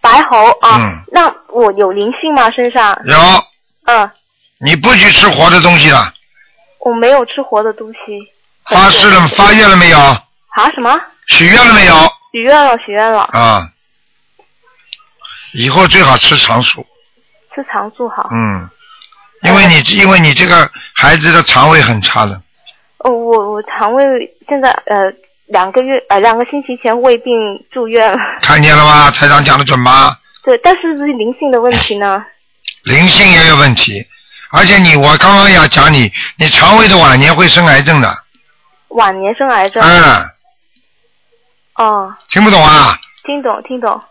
Speaker 5: 白猴啊？
Speaker 1: 嗯
Speaker 5: 那我有灵性吗？身上？
Speaker 1: 有，
Speaker 5: 嗯，
Speaker 1: 你不许吃活的东西了，
Speaker 5: 我没有吃活的东西。
Speaker 1: 发誓了，发愿了没有？
Speaker 5: 啊什么？
Speaker 1: 许愿了没有？
Speaker 5: 许愿了，许愿了，
Speaker 1: 啊，以后最好吃常熟，
Speaker 5: 吃长素好。
Speaker 1: 嗯，因为你因为你这个孩子的肠胃很差的，
Speaker 5: 哦，我我肠胃现在呃两个月呃两个星期前胃病住院了，
Speaker 1: 看见了吧？台长讲的准吧？
Speaker 5: 对，但是不是灵性的问题呢？
Speaker 1: 灵性也有问题，而且你我刚刚要讲你，你肠胃的晚年会生癌症的，
Speaker 5: 晚年生癌症。
Speaker 1: 嗯，
Speaker 5: 哦，
Speaker 1: 听不懂啊？
Speaker 5: 听懂听懂，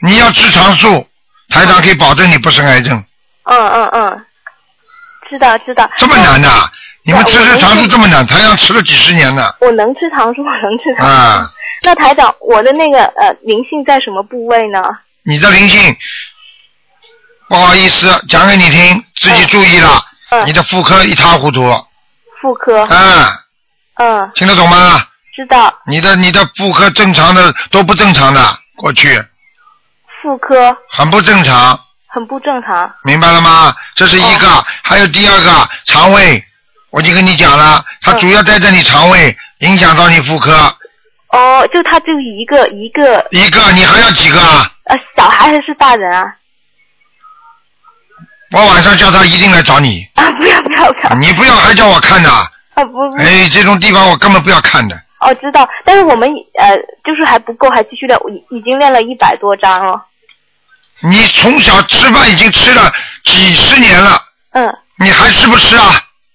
Speaker 1: 你要吃常素，台长可以保证你不生癌症，
Speaker 5: 嗯嗯嗯，知道知道。
Speaker 1: 这么难的、你们吃吃常素这么难，台长吃了几十年了，
Speaker 5: 那我能吃糖，说我能吃糖。
Speaker 1: 啊，
Speaker 5: 那台长，我的那个呃灵性在什么部位呢？
Speaker 1: 你的灵性，不好意思，讲给你听，自己注意了。
Speaker 5: 嗯
Speaker 1: 你，的妇科一塌糊涂，
Speaker 5: 妇科。
Speaker 1: 啊，
Speaker 5: 嗯，
Speaker 1: 听得懂吗？
Speaker 5: 知道
Speaker 1: 你的你的妇科正常的都不正常的，过去
Speaker 5: 妇科
Speaker 1: 很不正常，
Speaker 5: 很不正常。
Speaker 1: 明白了吗？这是一个，
Speaker 5: 哦
Speaker 1: 还有第二个肠胃，我已经跟你讲了，它
Speaker 5: 嗯
Speaker 1: 主要在这里肠胃影响到你妇科，
Speaker 5: 哦，就他就一个一个
Speaker 1: 一个你还要几个啊？
Speaker 5: 呃，小孩还是大人啊？
Speaker 1: 我晚上叫他一定来找你，
Speaker 5: 啊，不要不要不要！
Speaker 1: 你不要还叫我看的，
Speaker 5: 啊不不，
Speaker 1: 哎，这种地方我根本不要看的，
Speaker 5: 哦知道，但是我们呃就是还不够，还继续练，我已已经练了一百多张了。
Speaker 1: 你从小吃饭已经吃了几十年了，
Speaker 5: 嗯
Speaker 1: 你还吃不吃啊？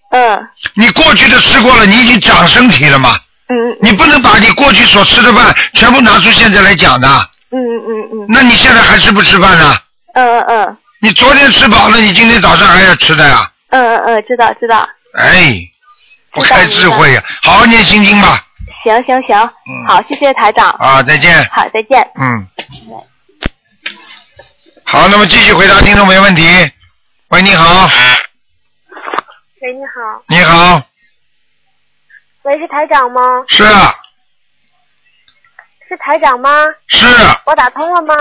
Speaker 5: 嗯
Speaker 1: 你过去的吃过了，你已经长身体了嘛？
Speaker 5: 嗯
Speaker 1: 你不能把你过去所吃的饭全部拿出现在来讲的。
Speaker 5: 嗯嗯嗯
Speaker 1: 那你现在还吃不吃饭呢？
Speaker 5: 嗯嗯
Speaker 1: 你昨天吃饱了，你今天早上还要吃的呀、
Speaker 5: 嗯嗯，知道知道，
Speaker 1: 哎，不开智慧呀、好好念心经吧。
Speaker 5: 行行行，
Speaker 1: 嗯
Speaker 5: 好，谢谢台长，
Speaker 1: 啊，再见。
Speaker 5: 好，再见。
Speaker 1: 嗯。好，那么继续回答听众没问题。喂，你好，
Speaker 7: 喂，你好，
Speaker 1: 你好，
Speaker 7: 喂，是台长吗？
Speaker 1: 是啊
Speaker 7: 是台长吗？
Speaker 1: 是，
Speaker 7: 我打通了吗？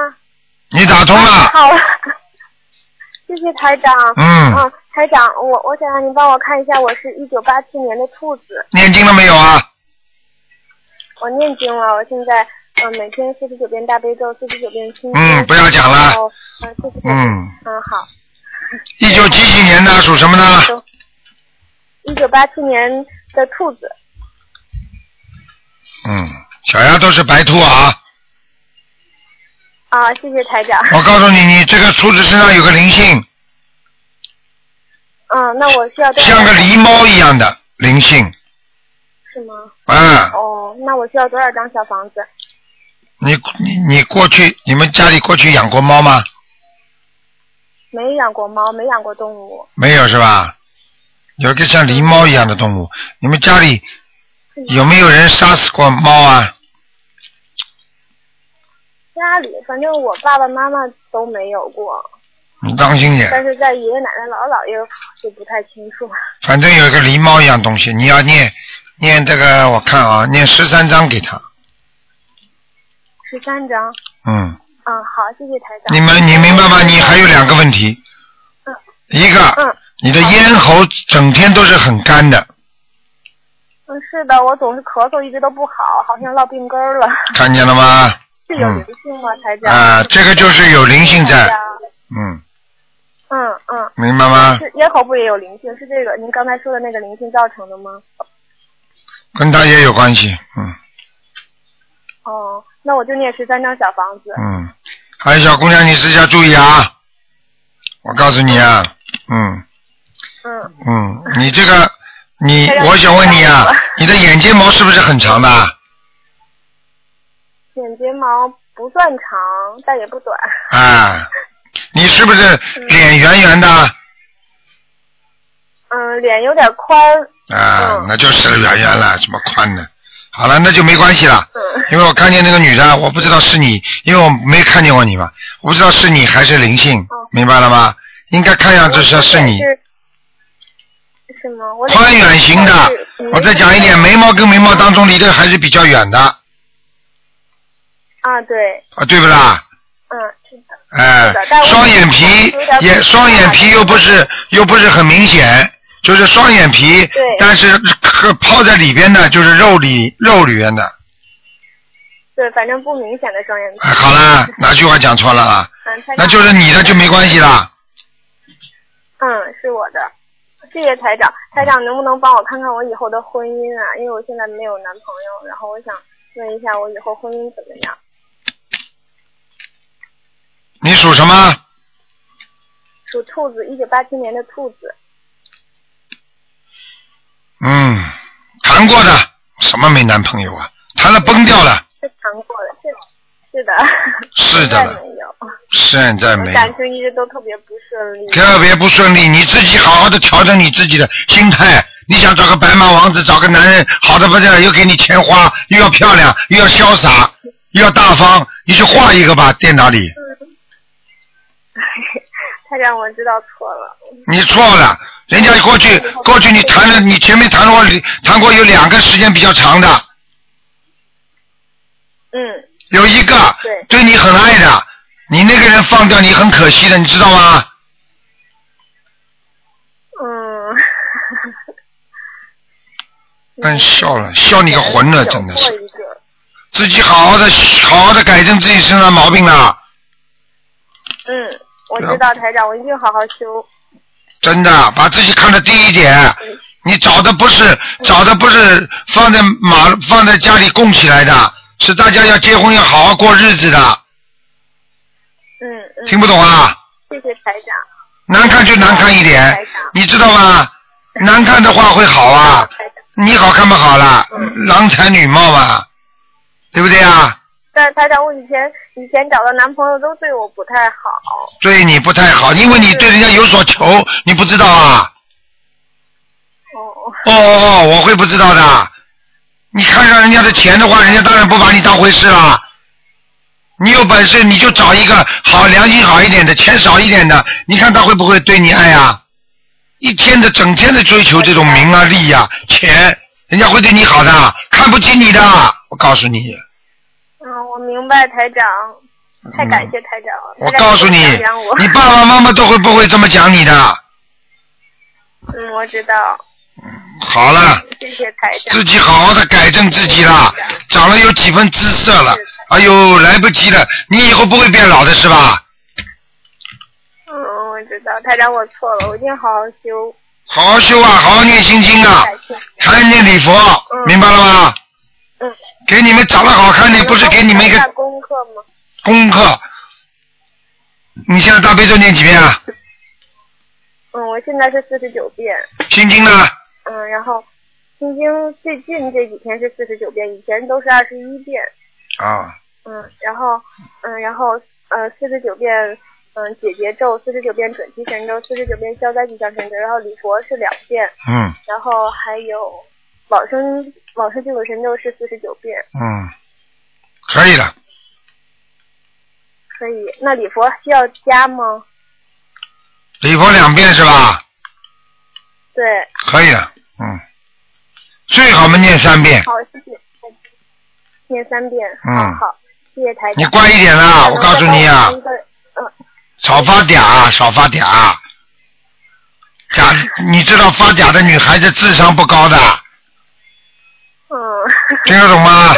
Speaker 1: 你打通了，
Speaker 7: 好 了，谢谢台长。
Speaker 1: 嗯，
Speaker 7: 嗯，台长，我我想让您帮我看一下，我是一九八七年的兔子，
Speaker 1: 念经了没有啊？
Speaker 7: 我念经了，我现在嗯每天四十九遍大悲咒，四十九遍心经。
Speaker 1: 嗯不要讲了
Speaker 7: 然后。嗯，谢谢。嗯，
Speaker 1: 嗯，
Speaker 7: 好。
Speaker 1: 一九几几年的属什么呢？
Speaker 7: 一九八七年的兔子，
Speaker 1: 嗯，小丫头是白兔啊。
Speaker 7: 啊，谢谢台长。
Speaker 1: 我告诉你，你这个兔子身上有个灵性，
Speaker 7: 嗯，那我需要多少
Speaker 1: 像个狸猫一样的灵性，
Speaker 7: 是吗？
Speaker 1: 嗯，
Speaker 7: 哦，那我需要多少张小房子？
Speaker 1: 你你你过去你们家里过去养过猫吗？
Speaker 7: 没养过猫，没养过动物，
Speaker 1: 没有是吧？有一个像狸猫一样的动物，你们家里有没有人杀死过猫啊？
Speaker 7: 家里反正我爸爸妈妈都没有过，
Speaker 1: 你当心
Speaker 7: 但
Speaker 1: 点，
Speaker 7: 是在爷爷奶奶、姥姥姥爷就不太清楚。
Speaker 1: 反正有一个狸猫一样东西，你要念念这个，我看啊，念十三章给他，
Speaker 7: 十三张，
Speaker 1: 嗯。
Speaker 7: 嗯，好，谢谢台长。
Speaker 1: 你们，你明白吗？你还有两个问题
Speaker 7: 嗯，
Speaker 1: 一个
Speaker 7: 嗯，
Speaker 1: 你的咽喉整天都是很干的，
Speaker 7: 嗯，是的，我总是咳嗽，一直都不好，好像落病根儿了，
Speaker 1: 看见了吗？
Speaker 7: 是有
Speaker 1: 嗯
Speaker 7: 灵性吗，台长？
Speaker 1: 啊，这个就是有灵性
Speaker 7: 台
Speaker 1: 在，
Speaker 7: 长
Speaker 1: 嗯，
Speaker 7: 嗯嗯，
Speaker 1: 明白吗？
Speaker 7: 是咽喉部也有灵性，是这个您刚才说的那个灵性造成的吗？
Speaker 1: 跟他也有关系，嗯
Speaker 7: 哦，那我就念十三张小房子。
Speaker 1: 嗯。还有小姑娘，你自己要注意啊！我告诉你啊，嗯
Speaker 7: 嗯，哎
Speaker 1: 嗯，你这个，你
Speaker 7: 太让，人
Speaker 1: 我想问你
Speaker 7: 担
Speaker 1: 啊
Speaker 7: 心了，
Speaker 1: 你的眼睫毛是不是很长的啊？
Speaker 7: 眼睫毛不算长，但也不短。
Speaker 1: 啊，你是不是脸圆圆的？
Speaker 7: 嗯，脸有点宽。
Speaker 1: 啊
Speaker 7: 嗯，
Speaker 1: 那就是圆圆了，什么宽呢？好了，那就没关系了，
Speaker 7: 嗯
Speaker 1: 因为我看见那个女的，我不知道是你，因为我没看见过你嘛，我不知道是你还是灵性，
Speaker 7: 哦
Speaker 1: 明白了吗？应该看样子是是你，
Speaker 7: 是是吗？我脸
Speaker 1: 宽远型的
Speaker 7: 是。嗯
Speaker 1: 我再讲一点，眉毛跟眉毛当中离得还是比较远的，啊，
Speaker 7: 啊，对，
Speaker 1: 对不啦？
Speaker 7: 嗯，是的，
Speaker 1: 哎
Speaker 7: 是的但，我
Speaker 1: 双眼皮
Speaker 7: 有点
Speaker 1: 也双眼皮又不是又不是很明显，就是双眼皮
Speaker 7: 对，
Speaker 1: 但是可泡在里边的就是肉里肉里边的，
Speaker 7: 对，反正不明显的双眼皮
Speaker 1: 哎，。好啦，哪句话讲错了啊？
Speaker 7: 嗯，台长
Speaker 1: 那就是你的就没关系啦。
Speaker 7: 嗯，是我的。谢谢台长，台长能不能帮我看看我以后的婚姻啊？因为我现在没有男朋友，然后我想问一下我以后婚姻怎么样？
Speaker 1: 你属什么？
Speaker 7: 属兔子，一九八七年的兔子。
Speaker 1: 嗯，谈过的，什么没男朋友啊？谈了崩掉了，
Speaker 7: 是谈过的，是是
Speaker 1: 哎是的
Speaker 7: 的，现在没有，
Speaker 1: 现在没
Speaker 7: 我感
Speaker 1: 有，
Speaker 7: 情一直都特别不顺利。
Speaker 1: 特别不顺利。你自己好好的调整你自己的心态。你想找个白马王子，找个男人好的不得了，又给你钱花，又要漂亮，又要潇洒，又要大方，你去画一个吧，电脑里。
Speaker 7: 他让我知道错了，
Speaker 1: 你错了，人家过去过去你谈了，你前面谈过谈过有两个时间比较长的，
Speaker 7: 嗯，
Speaker 1: 有一个
Speaker 7: 对
Speaker 1: 对你很爱的，你那个人放掉你很可惜的，你知道吗？
Speaker 7: 嗯，
Speaker 1: 但哎笑了，笑你个魂了，真的
Speaker 7: 有过
Speaker 1: 是
Speaker 7: 一个，
Speaker 1: 自己好好的好好的改正自己身上的毛病了，
Speaker 7: 嗯，我知
Speaker 1: 啊
Speaker 7: 道台长，我一定好好修。
Speaker 1: 真的把自己看得低一点。你找的不是找的不是放在马放在家里供起来的，是大家要结婚要好好过日子的，
Speaker 7: 嗯嗯，
Speaker 1: 听不懂啊？
Speaker 7: 谢谢台长。
Speaker 1: 难看就难看一点，你知道吗？难看的话会好啊。
Speaker 7: 台长
Speaker 1: 你好看不好啦，
Speaker 7: 嗯
Speaker 1: 郎才女貌嘛，对不对啊？
Speaker 7: 但是台长，我以前以前找的男朋友都对我不太好，
Speaker 1: 对你不太好，因为你对人家有所求，你不知道啊？
Speaker 7: 哦，
Speaker 1: 哦哦哦，我会不知道的。你看上人家的钱的话，人家当然不把你当回事啦。你有本事你就找一个好良心好一点的，钱少一点的，你看他会不会对你爱啊？一天的整天的追求这种名啊利啊钱，人家会对你好的，看不起你的，我告诉你。
Speaker 7: 嗯，我明白台长，太感谢台长了。
Speaker 1: 嗯我
Speaker 7: 台长
Speaker 1: 告诉你
Speaker 7: 你不要讲我，
Speaker 1: 你爸爸妈妈都会不会这么讲你的？
Speaker 7: 嗯，我知道，
Speaker 1: 好了，
Speaker 7: 谢谢台长。
Speaker 1: 自己好好的改正自己啦，长了有几分姿色了，哎呦，来不及了，你以后不会变老的是吧？
Speaker 7: 嗯，我知道，台长，我错了，我一定好好修。
Speaker 1: 好好修啊，好好念心经啊，
Speaker 7: 感嗯谢。
Speaker 1: 还要念礼佛，明白了吗？
Speaker 7: 嗯。
Speaker 1: 给你们长得好看点，不是给你们一
Speaker 7: 能帮我看一下
Speaker 1: 个
Speaker 7: 功课吗？
Speaker 1: 功课。你现在大悲咒念几遍啊？
Speaker 7: 嗯，我现在是四十九遍，
Speaker 1: 心经呢？
Speaker 7: 嗯，然后心经最近这几天是四十九遍，以前都是二十一遍，
Speaker 1: 啊，
Speaker 7: 嗯，然后嗯，然后呃四十九遍嗯解结咒，四十九遍准提神咒，四十九遍消灾吉祥神咒，然后礼佛是两遍，
Speaker 1: 嗯
Speaker 7: 然后还有往生往生救苦神咒是四十九遍，
Speaker 1: 嗯，可以了，
Speaker 7: 可以。那礼佛需要加吗？
Speaker 1: 礼佛两遍是吧？
Speaker 7: 对，
Speaker 1: 可以了，嗯，最好嘛念三遍，
Speaker 7: 好，谢谢。念三遍。
Speaker 1: 嗯
Speaker 7: 好，谢谢台长。
Speaker 1: 你乖一点啦我告诉你啊
Speaker 7: 能不能再帮我看一个
Speaker 1: 少发嗲，少发嗲。假，你知道发嗲的女孩子智商不高的，
Speaker 7: 嗯，
Speaker 1: 听得懂 吗？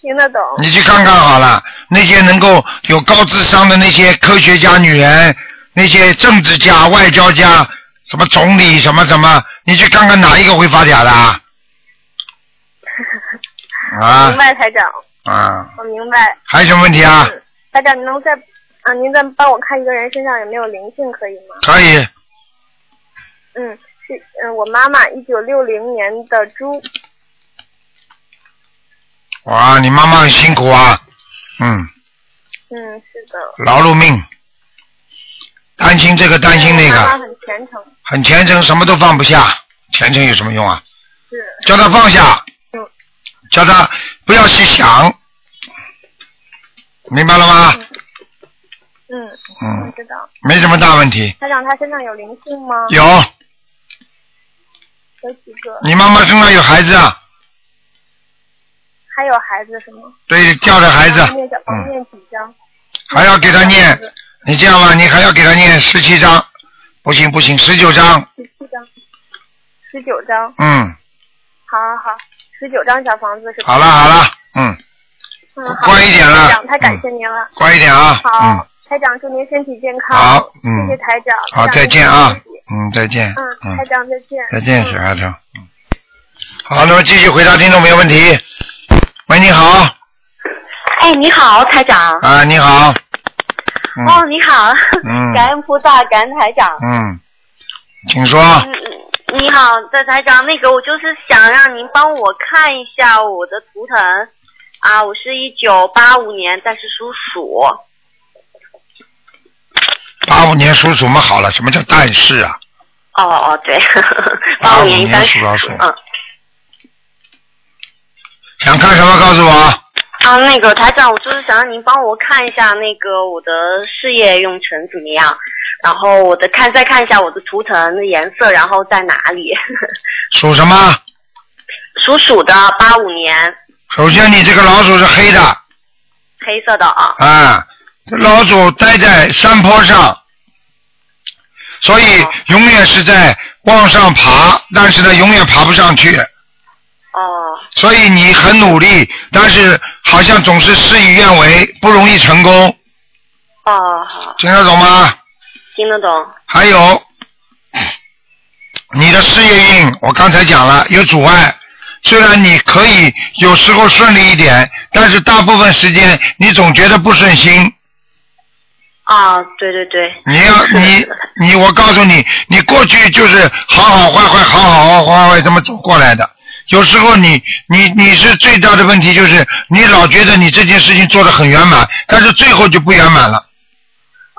Speaker 7: 听得懂。
Speaker 1: 你去看看好了，那些能够有高智商的那些科学家、女人，那些政治家、外交家，什么总理、什么什么，你去看看哪一个会发 嗲的啊？啊
Speaker 7: 明白，台长，
Speaker 1: 啊，
Speaker 7: 我明白。
Speaker 1: 还有什么问题啊？
Speaker 7: 嗯，台长，您能再啊，您再帮我看一个人身上有没有灵性，可以吗？
Speaker 1: 可以，
Speaker 7: 嗯，是嗯，我妈妈一九六零年的猪，
Speaker 1: 哇，你妈妈很辛苦啊，嗯，
Speaker 7: 嗯，是的。
Speaker 1: 劳碌命，担心这个担心那
Speaker 7: 我妈
Speaker 1: 个，
Speaker 7: 妈很虔诚，
Speaker 1: 很虔诚，什么都放不下，虔诚有什么用啊？
Speaker 7: 是
Speaker 1: 叫他放下
Speaker 7: 嗯，
Speaker 1: 叫他不要去想，明白了吗？
Speaker 7: 嗯，我
Speaker 1: 嗯，
Speaker 7: 知道。
Speaker 1: 没什么大问题。
Speaker 7: 台长，她身上有灵性吗？
Speaker 1: 有，
Speaker 7: 有几个？
Speaker 1: 你妈妈身上有孩子啊？
Speaker 7: 还有孩子是吗？
Speaker 1: 对，掉的孩子，
Speaker 7: 然后念小房
Speaker 1: 嗯，
Speaker 7: 子念几张？
Speaker 1: 还要给他念
Speaker 7: 小房子。
Speaker 1: 你这样吧，你还要给他念十七章，不行不行，十九章，
Speaker 7: 十七张，十九张，
Speaker 1: 嗯，
Speaker 7: 好好好，十九张小房子是吧？
Speaker 1: 好了好了，嗯，
Speaker 7: 嗯，
Speaker 1: 乖一点了嗯
Speaker 7: 台长，太感谢您了。
Speaker 1: 乖一点啊，
Speaker 7: 好
Speaker 1: 嗯，，
Speaker 7: 台长，祝您身体健康。
Speaker 1: 好嗯
Speaker 7: 谢谢台长。
Speaker 1: 好，
Speaker 7: 台长
Speaker 1: 再见啊
Speaker 7: 祝您身体，
Speaker 1: 嗯，再见，
Speaker 7: 嗯，
Speaker 1: 嗯
Speaker 7: 台，长再见。
Speaker 1: 再见，小丫头，嗯，好，那么继续回答听众朋友问题。喂，你好，
Speaker 8: 哎，你好，台长。
Speaker 1: 啊，你好，嗯
Speaker 8: 哦，你好，
Speaker 1: 嗯
Speaker 8: 感恩菩萨，感恩台长。
Speaker 1: 嗯，请说，
Speaker 8: 嗯，嗯你好，的台长，那个我就是想让您帮我看一下我的图腾啊，我是一九八五年，但是属鼠。
Speaker 1: 八五年属什么好了？什么叫但是啊？
Speaker 8: 哦哦，对，
Speaker 1: 八
Speaker 8: 八
Speaker 1: 五
Speaker 8: 五
Speaker 1: 年
Speaker 8: 年一般
Speaker 1: 属老鼠
Speaker 8: 嗯
Speaker 1: 想看什么告诉我。
Speaker 8: 啊，那个台长，我就是想让您帮我看一下那个我的事业运程怎么样，然后我的看再看一下我的图腾的颜色，然后在哪里？
Speaker 1: 属什么？
Speaker 8: 属鼠的，八五年，
Speaker 1: 首先你这个老鼠是黑的
Speaker 8: 黑色的啊。
Speaker 1: 啊，这老鼠待在山坡上，所以永远是在往上爬，但是呢，永远爬不上去。
Speaker 8: 哦
Speaker 1: 所以你很努力，但是好像总是事与愿违，不容易成功，
Speaker 8: 哦，好，
Speaker 1: 听得懂吗？
Speaker 8: 听得懂。
Speaker 1: 还有你的事业运，我刚才讲了有阻碍。虽然你可以有时候顺利一点，但是大部分时间你总觉得不顺心。
Speaker 8: 啊，对对对。
Speaker 1: 你要
Speaker 8: 是的
Speaker 1: 你
Speaker 8: 是的
Speaker 1: 你，我告诉你，你过去就是好好坏坏，好好坏坏这么走过来的。有时候你你你是最大的问题就是你老觉得你这件事情做得很圆满，但是最后就不圆满了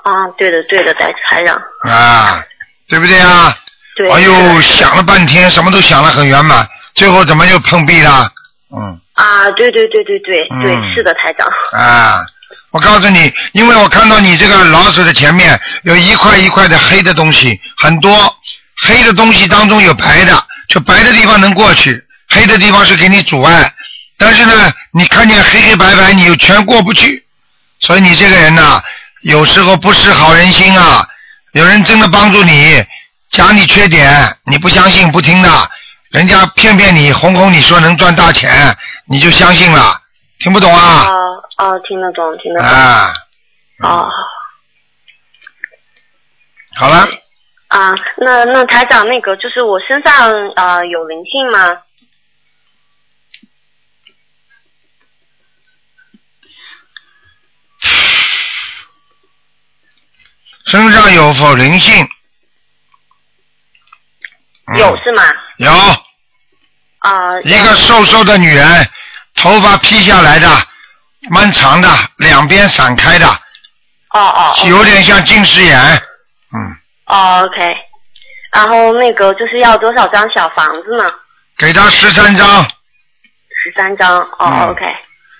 Speaker 8: 啊，对的对的，台台长。
Speaker 1: 啊，对不对啊？
Speaker 8: 对。
Speaker 1: 哎
Speaker 8: 是
Speaker 1: 呦，
Speaker 8: 的
Speaker 1: 想了半天，什么都想得很圆满，最后怎么又碰壁了？嗯
Speaker 8: 啊，对对对对对、
Speaker 1: 嗯
Speaker 8: 对，是的，台长。
Speaker 1: 啊，我告诉你，因为我看到你这个老鼠的前面有一块一块的黑的东西，很多黑的东西当中有白的，就白的地方能过去，黑的地方是给你阻碍。但是呢，你看见黑黑白白，你又全过不去，所以你这个人呐、有时候不识好人心啊。有人真的帮助你，讲你缺点，你不相信不听的，人家骗骗你，哄哄你说能赚大钱，你就相信了，听不懂啊？
Speaker 8: 哦哦，听得懂，听得懂。
Speaker 1: 啊，
Speaker 8: 哦
Speaker 1: 好了，
Speaker 8: 啊，那那台长，那个就是我身上啊、呃有灵性吗？
Speaker 1: 身上有否灵性？嗯
Speaker 8: 有是吗？
Speaker 1: 有。
Speaker 8: 啊、
Speaker 1: 一个瘦瘦的女人，头发披下来的，蛮长的，两边散开的，
Speaker 8: 哦哦哦
Speaker 1: 有点像近视眼。嗯，
Speaker 8: 哦，OK。然后那个就是要多少张小房子呢？
Speaker 1: 给她十三张。
Speaker 8: 十三张。哦、
Speaker 1: 嗯
Speaker 8: o k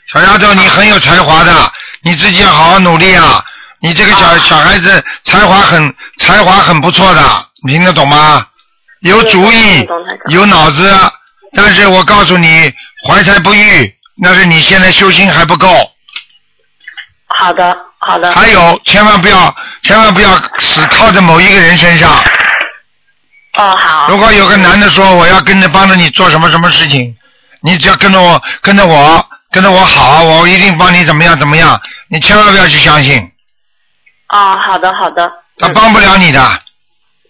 Speaker 1: 小丫头，你很有才华的，你自己要好好努力啊！你这个小、小孩子才华很才华很不错的，你听得懂吗？有主意
Speaker 8: 听得懂台，长
Speaker 1: 有脑子，但是我告诉你，怀才不遇，那是你现在修心还不够。
Speaker 8: 好的，好 的。
Speaker 1: 还有，千万不要，千万不要死靠在某一个人身上。
Speaker 8: 哦，好
Speaker 1: 如。果有个男的说我要跟着帮着你做什么什么事情，你只要跟着我，跟着我，跟着我好，啊我一定帮你怎么样怎么样，你千万不要去相信，
Speaker 8: 哦，好的，好的。
Speaker 1: 他帮不了你的，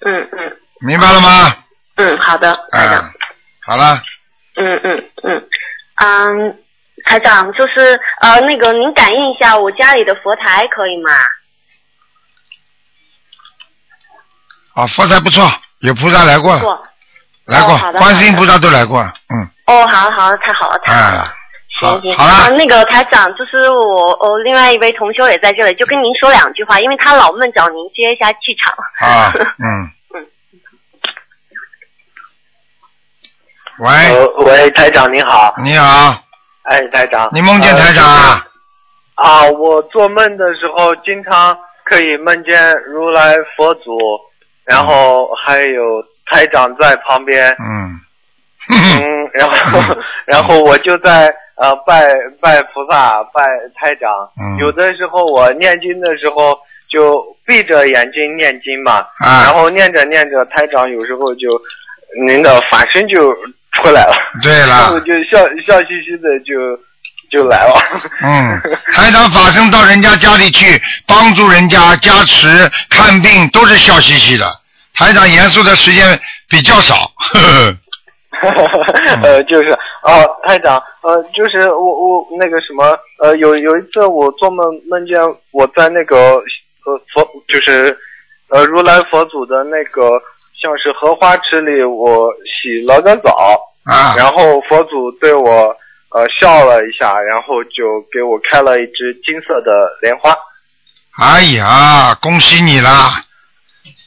Speaker 8: 嗯嗯
Speaker 1: 明白了吗？
Speaker 8: 嗯，好的，台长。
Speaker 1: 嗯，好了，
Speaker 8: 嗯嗯嗯嗯，台长，就是呃，那个您感应一下我家里的佛台可以吗？
Speaker 1: 啊，佛台不错，有菩萨来过了，
Speaker 8: 做。
Speaker 1: 来过
Speaker 8: 哦好，的
Speaker 1: 观世音菩萨都来过了，嗯，
Speaker 8: 哦，好好，太好了，太好了。
Speaker 1: 啊，好
Speaker 8: 行，行
Speaker 1: 好
Speaker 8: 啊，
Speaker 1: 了，
Speaker 8: 那个台长，就是我，我、另外一位同修也在这里，就跟您说两句话，因为他老梦找您接一下气场。
Speaker 1: 啊，嗯
Speaker 8: 嗯，
Speaker 1: 喂，
Speaker 9: 呃，喂，台长你好，
Speaker 1: 你好，
Speaker 9: 哎，台长，
Speaker 1: 你梦见
Speaker 9: 呃
Speaker 1: 台长啊？
Speaker 9: 啊，我做梦的时候经常可以梦见如来佛祖，然后还有台长在旁边，
Speaker 1: 嗯，哼哼
Speaker 9: 嗯，然后 然后我就在呃拜拜菩萨拜台长，
Speaker 1: 嗯
Speaker 9: 有的时候我念经的时候就闭着眼睛念经嘛，
Speaker 1: 啊，
Speaker 9: 然后念着念着台长有时候就您的法身就出来了，
Speaker 1: 对
Speaker 9: 然后
Speaker 8: 哦
Speaker 1: 了，
Speaker 9: 就笑笑嘻嘻的就就来了，
Speaker 1: 嗯，台长法身到人家家里去帮助人家加持看病，都是笑嘻嘻的。台长严肃的时间比较少， 呵呵 嗯
Speaker 9: 呃，就是哦，台长，呃，就是我我那个什么，呃，有有一次我做梦梦见我在那个呃佛，就是呃如来佛祖的那个像是荷花池里，我洗了个澡，
Speaker 1: 啊
Speaker 9: 然后佛祖对我呃笑了一下，然后就给我开了一支金色的莲花。
Speaker 1: 哎呀，恭喜你啦！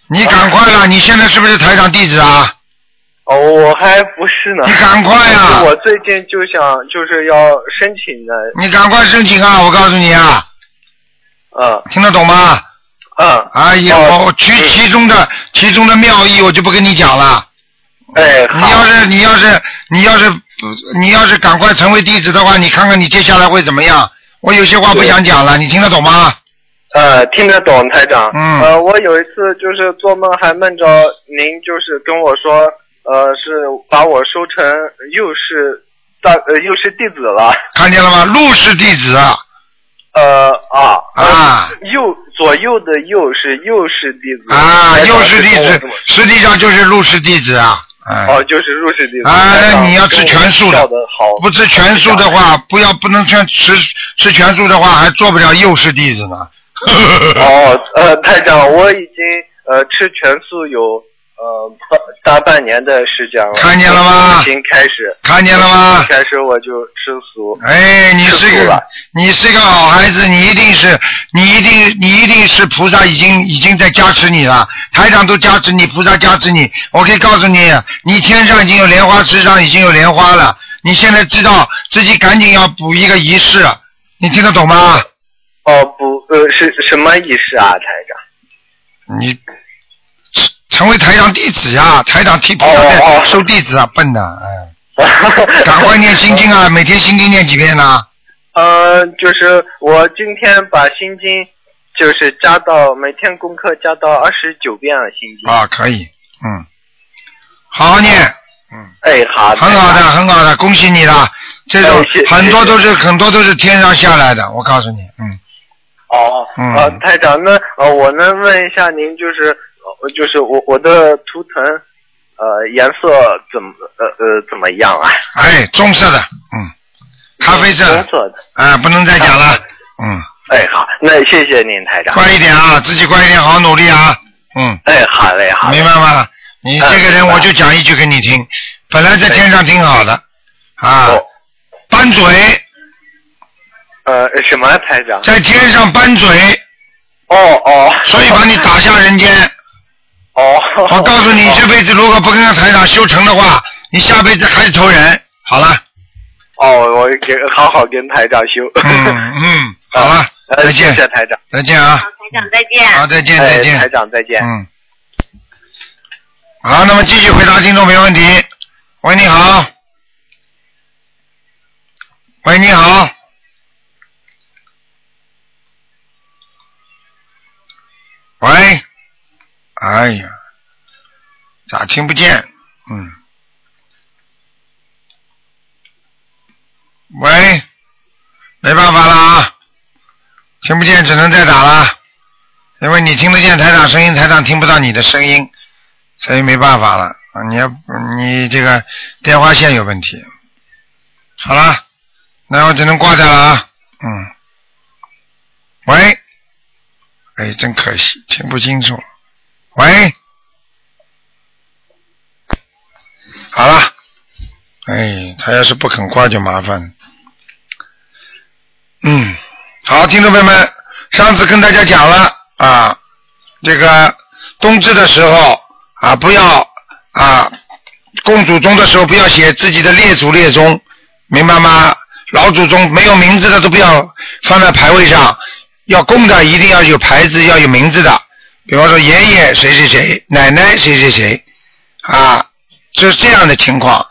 Speaker 1: 你赶快啦！你现在是不是台长弟子啊？
Speaker 9: 哦，我还不是呢
Speaker 1: 你。赶快啊呀、
Speaker 9: 是我最近就想就是要申请的，
Speaker 1: 你赶快申请啊！我告诉你啊，
Speaker 9: 嗯
Speaker 1: 听得懂吗？
Speaker 9: 嗯，
Speaker 1: 哎呀，
Speaker 9: 哦
Speaker 1: 我其其中的其中的妙意我就不跟你讲了。
Speaker 9: 哎，
Speaker 1: 你
Speaker 9: 好
Speaker 1: 要是你要是你要是你要是赶快成为弟子的话，你看看你接下来会怎么样？我有些话不想
Speaker 9: 嗯
Speaker 1: 讲了，你听得懂吗？
Speaker 9: 呃，听得懂台长。
Speaker 1: 嗯
Speaker 9: 呃，我有一次就是做梦，还梦着您就是跟我说，呃，是把我收成又是大呃又是弟子了。
Speaker 1: 看见了吗？陆氏弟子啊
Speaker 9: 呃啊
Speaker 1: 啊
Speaker 9: 呃右左右的右是右是弟子
Speaker 1: 啊，
Speaker 9: 台长
Speaker 1: 又是弟
Speaker 9: 哦跟我
Speaker 1: 子
Speaker 9: 这么，
Speaker 1: 实际上就是陆氏弟子啊。哎，
Speaker 9: 哦，就是入室弟子。
Speaker 1: 哎
Speaker 9: 台长
Speaker 1: 你要吃全素的
Speaker 9: 跟我教好，
Speaker 1: 不吃全素的话，不要不能全吃吃全素的话，还做不了幼师弟子呢。
Speaker 9: 哦，呃，台长，我已经呃吃全素有呃半大半年的时间了。
Speaker 1: 看见了吗
Speaker 9: 已经开始。
Speaker 1: 看见了吗？
Speaker 9: 开始我就吃素。
Speaker 1: 哎，你是
Speaker 9: 吃素
Speaker 1: 个
Speaker 9: 了
Speaker 1: 你是个好孩子，你一定是你一定你一定是菩萨已经已经在加持你了，台长都加持你，菩萨加持你。我可以告诉你，你天上已经有莲花，池上已经有莲花了。你现在知道自己赶紧要补一个仪式，你听得懂吗？
Speaker 9: 哦，不，呃，是什么仪式啊，台长？
Speaker 1: 你吃成为台长弟子呀，台长替菩萨
Speaker 9: 哦
Speaker 1: 在收弟子啊，笨呐， 哎，赶快念心经啊，每天心经念几遍呢？
Speaker 9: 呃，就是我今天把心经就是加到每天功课加到二十九遍了，心经。
Speaker 1: 啊，可以，嗯，好好念，
Speaker 9: 哎，好的，
Speaker 1: 很好的，很好的，恭喜你了。这种
Speaker 9: 哎谢谢
Speaker 1: 很多都是
Speaker 9: 谢谢
Speaker 1: 很多都是天上下来的，我告诉你，嗯，
Speaker 9: 哦，
Speaker 1: 嗯
Speaker 9: 呃，台长，那呃，我能问一下您，就是呃就是我我的图腾，呃，颜色怎么呃呃怎么样啊？
Speaker 1: 哎，棕色的，嗯， 咖啡色的
Speaker 9: 棕，色的。
Speaker 1: 哎，不能再讲了，嗯，
Speaker 9: 哎，好，那谢谢您，台长。
Speaker 1: 乖一点啊，自己乖一点，好好努力啊，嗯，
Speaker 9: 哎，好嘞，好嘞。
Speaker 1: 明白吗？你这个人，
Speaker 9: 嗯明白
Speaker 1: 我就讲一句给你听，本来在天上挺好的，啊
Speaker 9: 哦，
Speaker 1: 扳嘴，
Speaker 9: 呃，什么台长？
Speaker 1: 在天上 扳嘴，
Speaker 9: 哦哦。
Speaker 1: 所以把你打下人间。
Speaker 9: 哦。
Speaker 1: 我告诉你，这辈子如果不跟台长修成的话，你下辈子还是仇人。好了，
Speaker 9: 哦，我给好好跟台长修。
Speaker 1: 嗯 嗯，好了，
Speaker 9: 呃
Speaker 1: 再
Speaker 9: 谢
Speaker 1: 见
Speaker 9: 谢台长。
Speaker 1: 再见啊，
Speaker 8: 台长再见。
Speaker 1: 好，再见
Speaker 9: 哎
Speaker 1: 再见
Speaker 9: 台，长再见。
Speaker 1: 嗯。好，那么继续回答听众朋友问题。喂，你好。喂，你好。喂。哎呀，咋听不见？嗯。喂，没办法了啊，听不见只能再打了。因为你听得见台长声音，台长听不到你的声音，所以没办法了。啊你要你这个电话线有问题。好了，那我只能挂掉了啊。嗯。喂。哎，真可惜，听不清楚。喂。好了。哎，他要是不肯挂就麻烦了。嗯，好，听众朋友们，上次跟大家讲了啊，这个冬至的时候啊，不要啊，供祖宗的时候不要写自己的列祖列宗，明白吗？老祖宗没有名字的都不要放在牌位上，要供的一定要有牌子，要有名字的，比方说爷爷谁谁谁，奶奶谁谁谁，啊，就是这样的情况。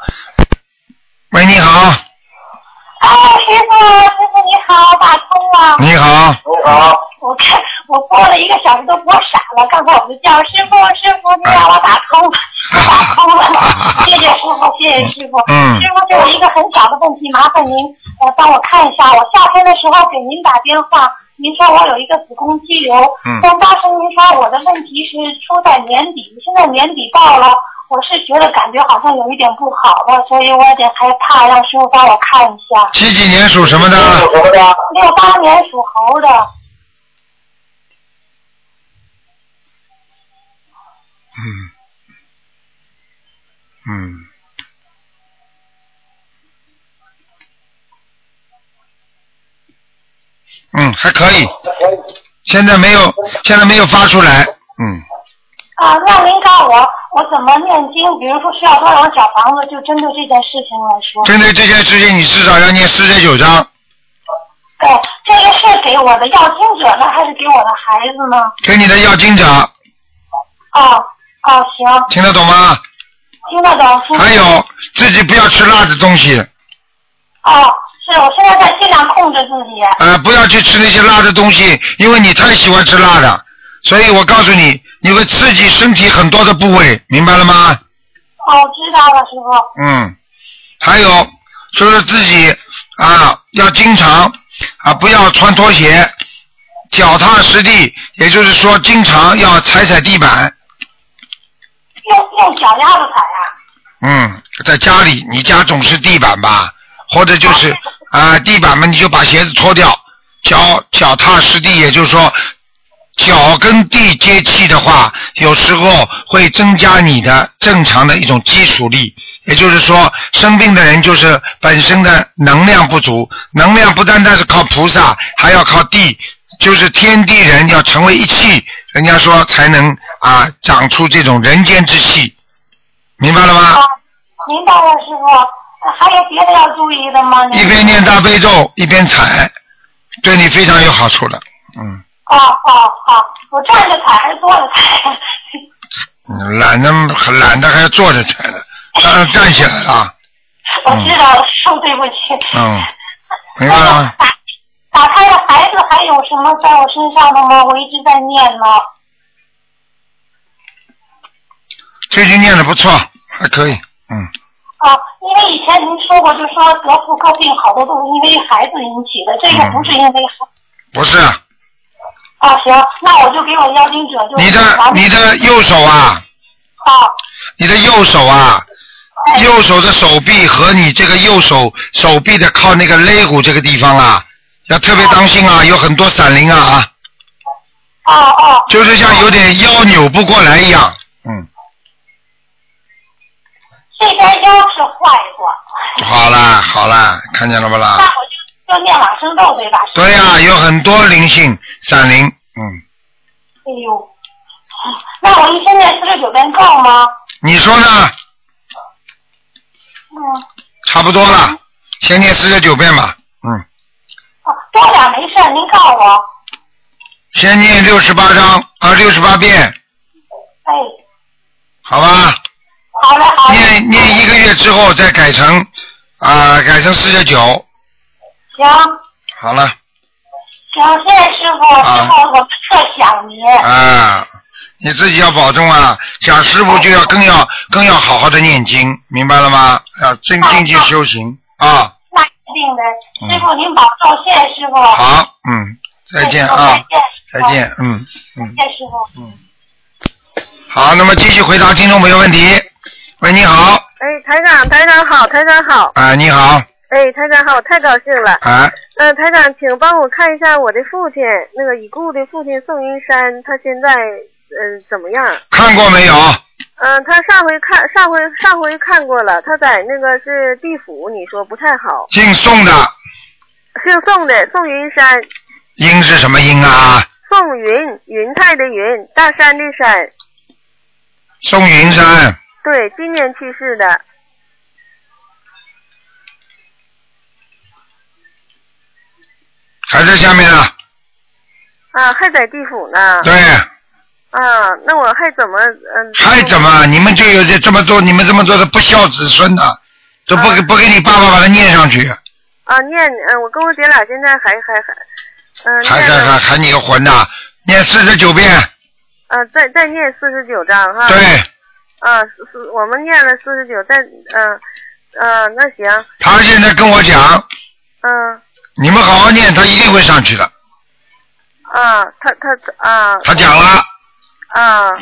Speaker 1: 喂，你好，
Speaker 10: 啊，师傅，师傅你好，打通了。
Speaker 1: 你好，
Speaker 9: 你好。
Speaker 10: 我看我播了一个小时都播傻了，刚才我就叫师傅，师傅，你让我打通了，我打通了，谢谢师傅，谢谢师傅。
Speaker 1: 嗯
Speaker 10: 师傅，这有一个很小的问题，麻烦您呃帮我看一下。我夏天的时候给您打电话，您说我有一个子宫肌瘤，
Speaker 1: 嗯
Speaker 10: 但当时您说我的问题是出在年底，现在年底到了。我是觉得感觉好像有一点不好了，所以我有点害怕，让师傅帮我看一下。
Speaker 1: 几几年属什么的？
Speaker 10: 六八年属猴的，
Speaker 1: 嗯，嗯，嗯，还可以。现在没有，现在没有发出来。嗯，
Speaker 10: 啊，那您告诉我，我怎么念经？比如说需要多少小房子？就针对这件事情来说，
Speaker 1: 针对这件事情，你至少要念四十九章，
Speaker 10: 对，这个是给我的要经者呢，还是给我的孩子呢？
Speaker 1: 给你的要经者，
Speaker 10: 哦，哦，行，
Speaker 1: 听得懂吗？
Speaker 10: 听得懂，听得懂。
Speaker 1: 还有，自己不要吃辣的东西，
Speaker 10: 哦，是我现在在尽量控制自己。
Speaker 1: 呃，不要去吃那些辣的东西，因为你太喜欢吃辣的，所以我告诉你，你会刺激身体很多的部位，明白了吗？
Speaker 10: 哦，我知道了，师傅。
Speaker 1: 嗯，还有就是自己啊，要经常啊，不要穿拖鞋，脚踏实地，也就是说，经常要踩踩地板。
Speaker 10: 用用脚丫子踩啊。
Speaker 1: 嗯，在家里，你家总是地板吧，或者就是啊，地板嘛，你就把鞋子脱掉，脚脚踏实地，也就是说，脚跟地接气的话，有时候会增加你的正常的一种基础力。也就是说，生病的人就是本身的能量不足，能量不单单是靠菩萨，还要靠地，就是天地人要成为一气，人家说才能啊长出这种人间之气，明白了吗？
Speaker 10: 啊，明白了，师傅。还有别的要注意的吗？您
Speaker 1: 一边念大悲咒一边踩，对你非常有好处的。嗯，
Speaker 10: 哦哦哦，我站着踩还是坐着踩？
Speaker 1: 嗯懒得懒得还要坐着才呢，当然站起来了。
Speaker 10: 我知道了，受对不起。
Speaker 1: 嗯，明白了吗？
Speaker 10: 打胎的孩子还有什么在我身上的吗？我一直在念呢。
Speaker 1: 最近念的不错，还可以。嗯，
Speaker 10: 啊，因为以前您说过，就说得妇科病好多都是因为孩子引起的，这个
Speaker 1: 嗯
Speaker 10: 不是因为孩。
Speaker 1: 不是
Speaker 10: 啊，行，那我就给我邀请者就
Speaker 1: 你的
Speaker 10: 咱们
Speaker 1: 你的右手啊，
Speaker 10: 啊，
Speaker 1: 你的右手啊，右手的手臂和你这个右手手臂的靠那个肋骨这个地方啊，要特别当心啊，有很多闪灵啊啊。哦哦。就是像有点腰扭不过来一样，嗯
Speaker 10: 这边腰是坏过，
Speaker 1: 好啦好啦，看见了不
Speaker 10: 那
Speaker 1: 啦？
Speaker 10: 我就就念往生咒对吧？
Speaker 1: 对呀、有很多灵性闪灵，嗯，
Speaker 10: 哎呦，那我一天念四十九遍够吗？
Speaker 1: 你说呢？
Speaker 10: 嗯，
Speaker 1: 差不多了，先念四十九遍吧，嗯，
Speaker 10: 哦多点没事儿，您告我。
Speaker 1: 先念六十八章啊，六十八遍，
Speaker 10: 哎，
Speaker 1: 好吧？
Speaker 10: 好嘞好嘞。
Speaker 1: 念念一个月之后再改成啊、改成四十九，
Speaker 10: 行
Speaker 1: 好了
Speaker 10: 行，谢谢师傅，
Speaker 1: 啊
Speaker 10: 师傅我特想您。
Speaker 1: 啊，你自己要保重啊，想师傅就要更要更要好好的念经，明白了吗？要静静静修行啊，
Speaker 10: 那一定的，师傅您保重，谢谢师傅。
Speaker 1: 嗯好，嗯，再见啊，再
Speaker 10: 再见，
Speaker 1: 见，嗯嗯。
Speaker 10: 谢谢师傅。嗯。
Speaker 1: 好，那么继续回答听众朋友问题。喂，你好，
Speaker 7: 哎，台长，台长好，台长好。
Speaker 1: 啊、你好，
Speaker 7: 哎，台长好，太高兴了。
Speaker 1: 啊、
Speaker 7: 呃，台长，请帮我看一下我的父亲，那个已故的父亲宋云山，他现在嗯、呃怎么样？
Speaker 1: 看过没有？
Speaker 7: 嗯、他上回看上回上回看过了，他在那个是地府，你说不太好。
Speaker 1: 姓宋的，
Speaker 7: 姓宋的，宋云山，
Speaker 1: 英是什么英啊？
Speaker 7: 宋云，云彩的云，大山的山，
Speaker 1: 宋云山，
Speaker 7: 对，今年去世的。
Speaker 1: 还在下面呢。
Speaker 7: 啊，还在地府呢。
Speaker 1: 对，
Speaker 7: 啊，那我还怎么嗯？
Speaker 1: 还怎么？你们就有这这么多，你们这么多的不孝子孙呐、都不给、不给你爸爸把他念上去，
Speaker 7: 啊，念嗯、呃我跟我姐俩现在还还还，嗯、
Speaker 1: 还
Speaker 7: 念
Speaker 1: 还
Speaker 7: 了
Speaker 1: 还还你个魂呐、念四十九遍，
Speaker 7: 啊，再再念四十九章哈。
Speaker 1: 对。
Speaker 7: 啊，四四，我们念了四十九，再嗯嗯、那行，
Speaker 1: 他现在跟我讲，
Speaker 7: 嗯
Speaker 1: 你们好好念，他一定会上去的。
Speaker 7: 啊，他他啊。
Speaker 1: 他讲了。
Speaker 7: 啊。啊，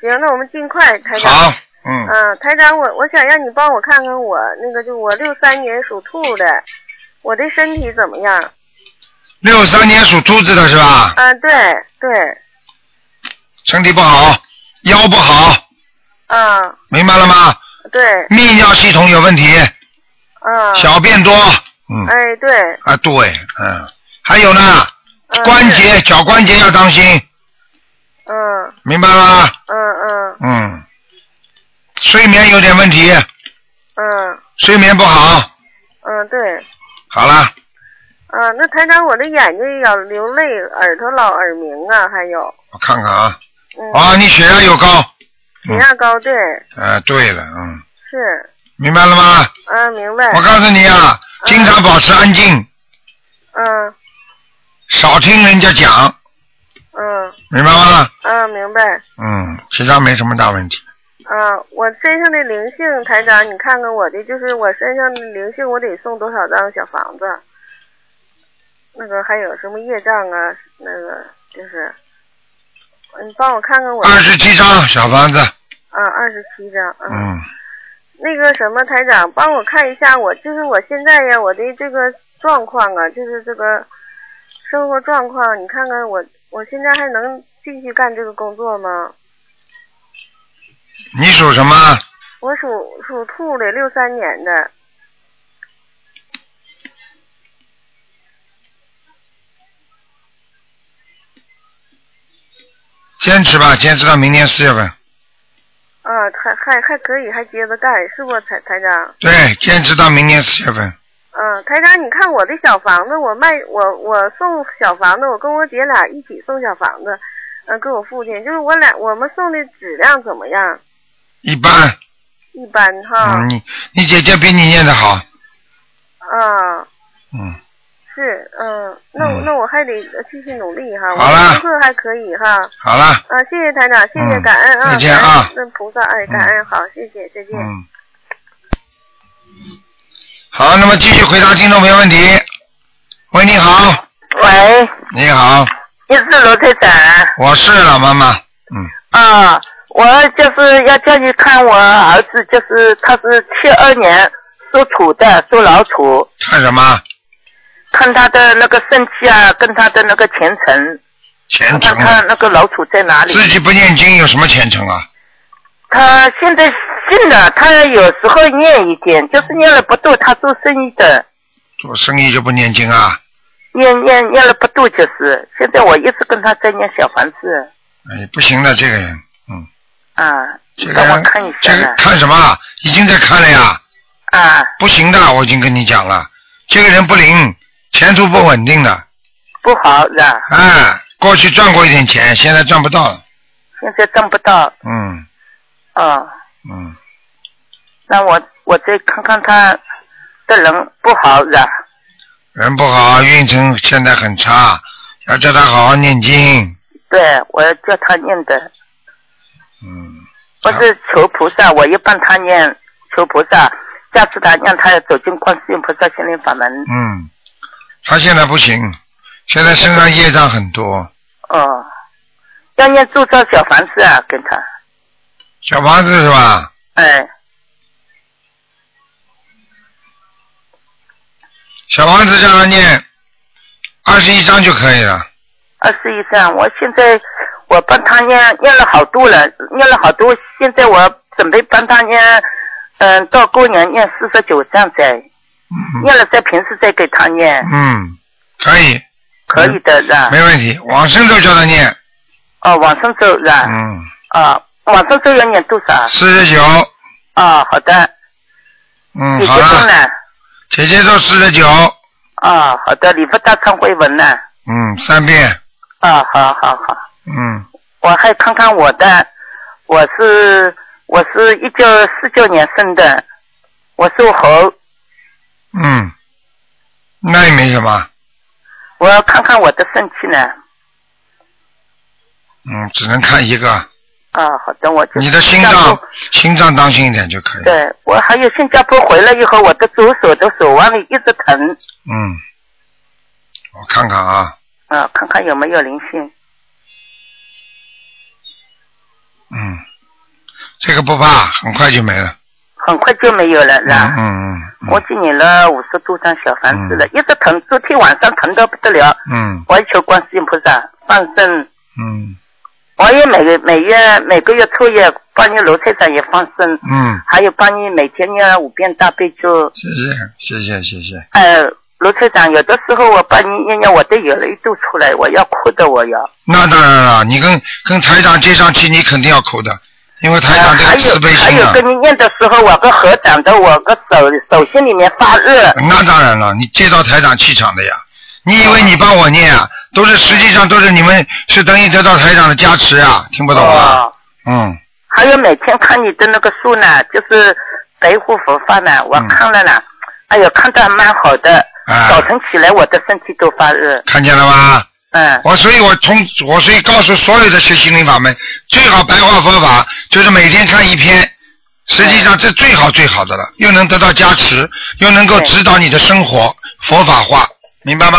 Speaker 7: 行，那我们尽快，台长。
Speaker 1: 好，嗯
Speaker 7: 嗯、台长，我我想让你帮我看看我那个，就我六三年属兔的，我的身体怎么样？
Speaker 1: 六三年属兔子的是吧？
Speaker 7: 啊，对对，
Speaker 1: 身体不好，腰不好，
Speaker 7: 啊，
Speaker 1: 明白了吗？
Speaker 7: 对，
Speaker 1: 泌尿系统有问题，
Speaker 7: 啊。
Speaker 1: 小便多嗯
Speaker 7: 哎，对，
Speaker 1: 啊，对，嗯，还有呢，
Speaker 7: 嗯
Speaker 1: 关节脚关节要当心，
Speaker 7: 嗯
Speaker 1: 明白了吗？
Speaker 7: 嗯嗯
Speaker 1: 嗯，睡眠有点问题，
Speaker 7: 嗯
Speaker 1: 睡眠不好，
Speaker 7: 嗯，对，
Speaker 1: 好了，
Speaker 7: 啊，那台长，我的眼睛要流泪，耳朵老耳鸣啊，还有，
Speaker 1: 我看看啊，
Speaker 7: 嗯，
Speaker 1: 啊，你血压又高，
Speaker 7: 血压高，对，
Speaker 1: 啊，对了，嗯，
Speaker 7: 是，
Speaker 1: 明白了吗？
Speaker 7: 啊，明白。
Speaker 1: 我告诉你啊，经常保持安静，
Speaker 7: 嗯
Speaker 1: 少听人家讲，
Speaker 7: 嗯
Speaker 1: 明白吗？
Speaker 7: 嗯，明白。
Speaker 1: 嗯，其他没什么大问题。
Speaker 7: 啊，我身上的灵性，台长，你看看我的，就是我身上的灵性，我得送多少张小房子？那个还有什么业障啊？那个就是，你帮我看看我的。
Speaker 1: 二十七张小房子，
Speaker 7: 啊，二十七张。
Speaker 1: 嗯，
Speaker 7: 那个什么台长，帮我看一下我，就是我现在呀，我的这个状况啊，就是这个生活状况，你看看我，我现在还能继续干这个工作吗？
Speaker 1: 你属什么？
Speaker 7: 我属属兔的，六三年的，
Speaker 1: 坚持吧，坚持到明年四月份。
Speaker 7: 啊，还还还可以，还接着干，是不台台长？
Speaker 1: 对，坚持到明年四月份。
Speaker 7: 嗯、台长，你看我的小房子，我卖我我送小房子，我跟我姐俩一起送小房子，
Speaker 11: 呃，给我父亲，就是我俩我们送的质量怎么样？
Speaker 1: 一般，
Speaker 11: 一般
Speaker 12: 啊
Speaker 11: 哈。
Speaker 1: 嗯，你你姐姐比你念的好，
Speaker 11: 啊，
Speaker 1: 嗯，
Speaker 11: 是，嗯，那我
Speaker 1: 嗯
Speaker 11: 那我还得继续努力哈。
Speaker 1: 好啦
Speaker 11: 我功课还可以哈。
Speaker 1: 好了，
Speaker 11: 啊，谢谢台长，谢谢
Speaker 1: 嗯
Speaker 11: 感恩啊，
Speaker 1: 再见啊
Speaker 11: 感恩那菩萨哎，感恩好，谢谢，再见。
Speaker 1: 嗯，好，那么继续回答听众朋友问题。喂，你好，
Speaker 12: 喂，
Speaker 1: 你好，
Speaker 12: 你是罗队长
Speaker 1: 我是老妈妈，
Speaker 12: 啊？我就是要叫你看我儿子，就是他是七二年属土的，属老鼠，
Speaker 1: 看什么？
Speaker 12: 看他的那个肾气啊，跟他的那个前程，
Speaker 1: 前
Speaker 12: 看
Speaker 1: 程啊
Speaker 12: 看那个老鼠在哪里。
Speaker 1: 自己不念经有什么前程啊？
Speaker 12: 他现在信了，他有时候念一点，就是念了不多，他做生意的，
Speaker 1: 做生意就不念经啊？
Speaker 12: 念念念了不多，就是现在我一直跟他在念小房子
Speaker 1: 哎，不行的，这个人，嗯，
Speaker 12: 啊，
Speaker 1: 这个
Speaker 12: 让我
Speaker 1: 人
Speaker 12: 看一下
Speaker 1: 这个看什么？已经在看了呀。
Speaker 12: 啊。
Speaker 1: 不行的，我已经跟你讲了，这个人不灵，前途不稳定的。
Speaker 12: 不好是吧？
Speaker 1: 哎，过去赚过一点钱，现在赚不到了。
Speaker 12: 现在挣不到，
Speaker 1: 嗯
Speaker 12: 啊。
Speaker 1: 嗯，
Speaker 12: 那我我再看看他的人不好是吧？
Speaker 1: 人不好，运程现在很差，要叫他好好念经。
Speaker 12: 对，我要叫他念的。
Speaker 1: 嗯。
Speaker 12: 我是求菩萨，我也帮他念，求菩萨，下次他让他走进观世音菩萨心灵法门。
Speaker 1: 嗯，他现在不行，现在身上业障很多。
Speaker 12: 哦，要念铸造小房子啊，跟他，
Speaker 1: 小房子是吧？
Speaker 12: 哎，
Speaker 1: 小房子叫他念二十一章就可以了。
Speaker 12: 二十一张。我现在我帮他念念了好多了，念了好多，现在我准备帮他念，嗯、到过年念四十九张再，念了再平时再给他念，
Speaker 1: 嗯，可以，
Speaker 12: 可以的是吧？
Speaker 1: 没问题。往生咒叫他念，
Speaker 12: 哦，往生咒是吧？
Speaker 1: 嗯。
Speaker 12: 啊，往生咒要念多少？
Speaker 1: 四十九。
Speaker 12: 啊，好的。
Speaker 1: 嗯
Speaker 12: 姐，姐
Speaker 1: 好
Speaker 12: 送
Speaker 1: 了，
Speaker 12: 呢？
Speaker 1: 姐姐咒四十九，
Speaker 12: 啊，好的，礼佛大忏悔文呢？
Speaker 1: 嗯，三遍，
Speaker 12: 啊，好好好，
Speaker 1: 嗯，
Speaker 12: 我还看看我的，我是我是一九四九年生的，我属猴，
Speaker 1: 嗯，那也没什么，
Speaker 12: 我要看看我的肾气呢。
Speaker 1: 嗯，只能看一个。
Speaker 12: 啊，好的，我就
Speaker 1: 你的心
Speaker 12: 新加
Speaker 1: 脏
Speaker 12: 坡，
Speaker 1: 心脏当心一点就可以。
Speaker 12: 对我还有新加坡回来以后，我的左手的手腕里一直疼，
Speaker 1: 嗯，我看看啊，
Speaker 12: 啊，看看有没有灵性。
Speaker 1: 嗯，这个不怕，很快就没了。
Speaker 12: 很快就没有了，是啊吧？
Speaker 1: 嗯
Speaker 12: 我今年了五十多张小房子了，一直疼，昨天晚上疼得不得了。
Speaker 1: 嗯
Speaker 12: 我也求观世音菩萨放生，
Speaker 1: 嗯
Speaker 12: 我也每个每月每个月初一帮你楼台上也放生，
Speaker 1: 嗯，
Speaker 12: 还有帮你每天念五遍大悲咒。
Speaker 1: 谢谢谢谢谢谢，
Speaker 12: 呃，卢台长，有的时候我帮你念念，我的眼泪都出来，我要哭的，我要。
Speaker 1: 那当然了，你跟跟台长接上气，你肯定要哭的，因为台长这
Speaker 12: 还
Speaker 1: 个慈
Speaker 12: 有
Speaker 1: 悲
Speaker 12: 还
Speaker 1: 心
Speaker 12: 有
Speaker 1: 啊。
Speaker 12: 跟你念的时候，我个合掌的，我个手手心里面发热。
Speaker 1: 那当然了，你接到台长气场的呀。你以为你帮我念啊？都是实际上都是你们是等于得到台长的加持啊，听不懂啊？嗯，
Speaker 12: 还有每天看你的那个书呢，就是白护佛法呢，我看了呢，哎呦，看的蛮好的。
Speaker 1: 嗯啊
Speaker 12: 早晨起来我的身体都发热。
Speaker 1: 看见了吧？
Speaker 12: 嗯。
Speaker 1: 我所以，我从我所以告诉所有的学心灵法门，最好白话佛法就是每天看一篇，实际上这最好最好的了，又能得到加持，又能够指导你的生活佛法化，明白吗？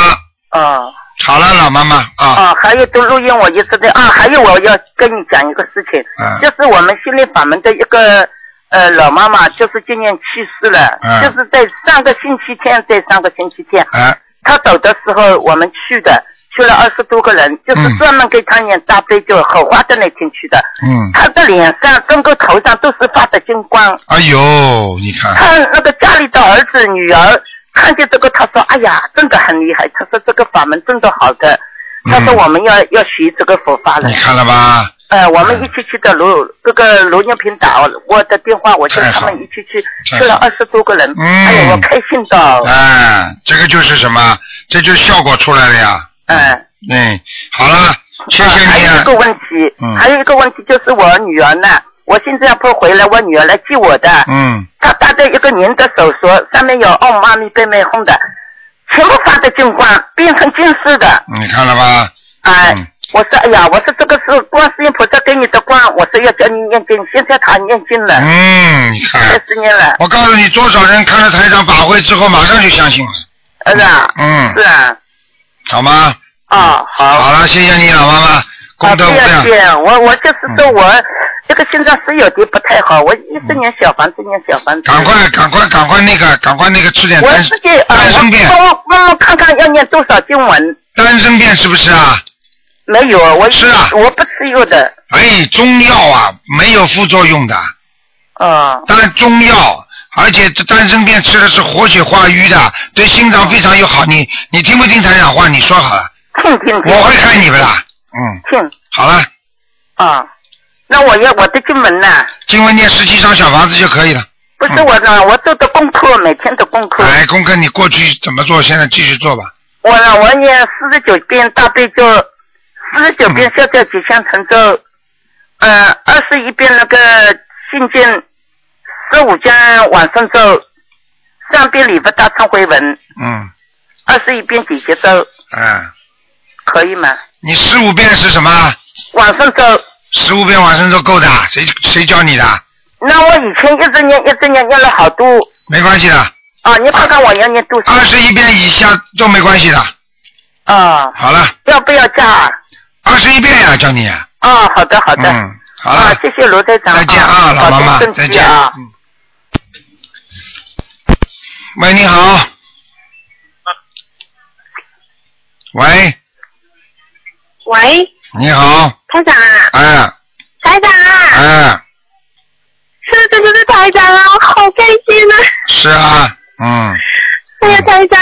Speaker 12: 哦。
Speaker 1: 好了，老妈妈啊。
Speaker 12: 啊，还有都录音，我一直在啊，还有我要跟你讲一个事情，
Speaker 1: 嗯
Speaker 12: 就是我们心灵法门的一个呃老妈妈，就是今年去世了，
Speaker 6: 嗯
Speaker 12: 就是在上个星期天，在上个星期天，
Speaker 1: 哎
Speaker 12: 她走的时候我们去的，去了二十多个人，就是专门给她念大悲咒荷花的那天去的，
Speaker 1: 嗯，
Speaker 12: 她的脸上整个头上都是发的金光，
Speaker 1: 哎呦，你看，
Speaker 12: 看那个家里的儿子女儿看见这个，他说：“哎呀，真的很厉害。”他说：“这个法门真的好的。”他说：“我们要、要学这个佛法了。”
Speaker 1: 嗯你看了吧？嗯
Speaker 12: 呃，我们一起去的罗这个罗宁平岛，我的电话我叫
Speaker 1: 太
Speaker 12: 他
Speaker 1: 好嗯
Speaker 12: 们一起去，
Speaker 1: 太
Speaker 12: 去了二十多个人，哎呀，我开心到，
Speaker 1: 哎，这个就是什么？这就是效果出来了呀。
Speaker 12: 嗯，
Speaker 1: 嗯，好了，谢谢
Speaker 12: 还
Speaker 1: 你
Speaker 12: 有
Speaker 1: 啊
Speaker 12: 一个问题，
Speaker 1: 嗯
Speaker 12: 还有一个问题就是我女儿呢，我新加坡回来，我女儿来接我的，
Speaker 1: 嗯，
Speaker 12: 她戴着一个银的手镯，上面有哦妈咪被妹哄的，全部发的金光，变成金丝的。
Speaker 1: 你看了吧？嗯
Speaker 12: 哎，我说哎呀，我说这个是观世音菩萨给你的光，我说要叫你念经，现在她念经了，
Speaker 1: 嗯，你看，
Speaker 12: 二十年了，
Speaker 1: 我告诉你，多少人看了台长法会之后，马上就相信了。
Speaker 12: 是啊，
Speaker 1: 嗯，
Speaker 12: 是啊，
Speaker 1: 好吗？
Speaker 12: 啊，好。
Speaker 1: 好了，谢谢你老妈妈，
Speaker 12: 啊，
Speaker 1: 功德无
Speaker 12: 对呀、
Speaker 1: 量嗯
Speaker 12: 对。呀、我我就是说我、这个心脏是有点不太好，我一直念小房子，念小房子。
Speaker 1: 赶快，哎赶快，赶快那个，赶快那个，吃点
Speaker 12: 我
Speaker 1: 丹
Speaker 12: 自己啊，
Speaker 1: 丹参片，
Speaker 12: 我我我看看要念多少经文。
Speaker 1: 丹参片是不是啊？
Speaker 12: 没有，我
Speaker 1: 吃啊，
Speaker 12: 我不吃药的。
Speaker 1: 哎，中药啊，没有副作用的。
Speaker 12: 啊。
Speaker 1: 但中药，而且这丹参片吃的是活血化瘀的，对心脏非常有好。你你听不听台长话？你说好了。
Speaker 12: 听听听。
Speaker 1: 我会害你们啦。嗯，
Speaker 12: 听
Speaker 1: 好了，
Speaker 12: 啊，那我要我的经文呢？
Speaker 1: 经文念十七张小房子就可以了。嗯
Speaker 12: 不是我呢，我做的功课，每天的功课。
Speaker 1: 哎，功课你过去怎么做，现在继续做吧。
Speaker 12: 我呢，我念四十九遍大悲咒，四十九
Speaker 1: 嗯
Speaker 12: 遍消灾吉祥神咒，嗯，二十一遍那个心经，十五遍往生咒，三遍礼佛大忏悔文，
Speaker 1: 嗯，
Speaker 12: 二十一遍解结咒，
Speaker 1: 哎，
Speaker 12: 可以吗？
Speaker 1: 你十五遍是什么？
Speaker 12: 往生咒。
Speaker 1: 十五遍往生咒够的，谁谁教你的？
Speaker 12: 那我以前一直念，一直念，念了好多
Speaker 1: 没关系的，
Speaker 12: 啊！你看看我要念多少？
Speaker 1: 二十一遍以下都没关系的。
Speaker 12: 啊，
Speaker 1: 好了，
Speaker 12: 要不要加啊？
Speaker 1: 二十一遍呀、教你。
Speaker 12: 啊，好的，好的。
Speaker 1: 嗯，好了，
Speaker 12: 啊，谢谢罗队长。再见
Speaker 1: 啊老妈妈
Speaker 12: 保重
Speaker 1: 再
Speaker 12: 身体
Speaker 1: 见嗯
Speaker 12: 啊。
Speaker 1: 喂，你好。喂，
Speaker 6: 喂，
Speaker 1: 你好，
Speaker 6: 台长啊，
Speaker 1: 哎
Speaker 6: 台长啊，
Speaker 1: 哎，
Speaker 6: 是这就是台长啊，我好开心啊！
Speaker 1: 是啊，嗯
Speaker 6: 哎呀，台长，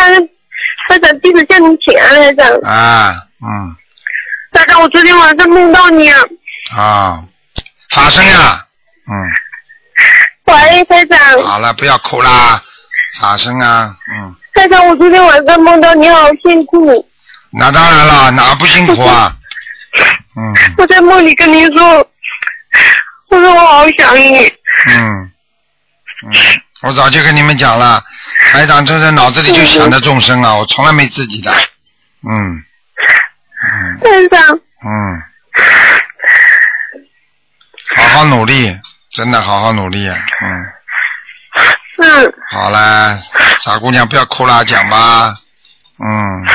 Speaker 6: 台长弟子向你请安，台长，
Speaker 1: 啊嗯
Speaker 6: 台长，我昨天晚上梦到你啊，
Speaker 1: 啊，发生呀，嗯，
Speaker 6: 喂，台长，
Speaker 1: 好了，不要哭啦，发生啊，嗯，
Speaker 6: 台长，我昨天晚上梦到你好辛苦，
Speaker 1: 那当然了，哪不辛苦啊？嗯
Speaker 6: 我在梦里跟您说，我说我好想你，
Speaker 1: 嗯嗯，我早就跟你们讲了，台长真是脑子里就想着众生啊，我从来没自己的，嗯
Speaker 6: 台长，
Speaker 1: 嗯，好好努力，真的好好努力啊，嗯。
Speaker 6: 嗯，
Speaker 1: 好啦，傻姑娘，不要哭啦，讲吧。嗯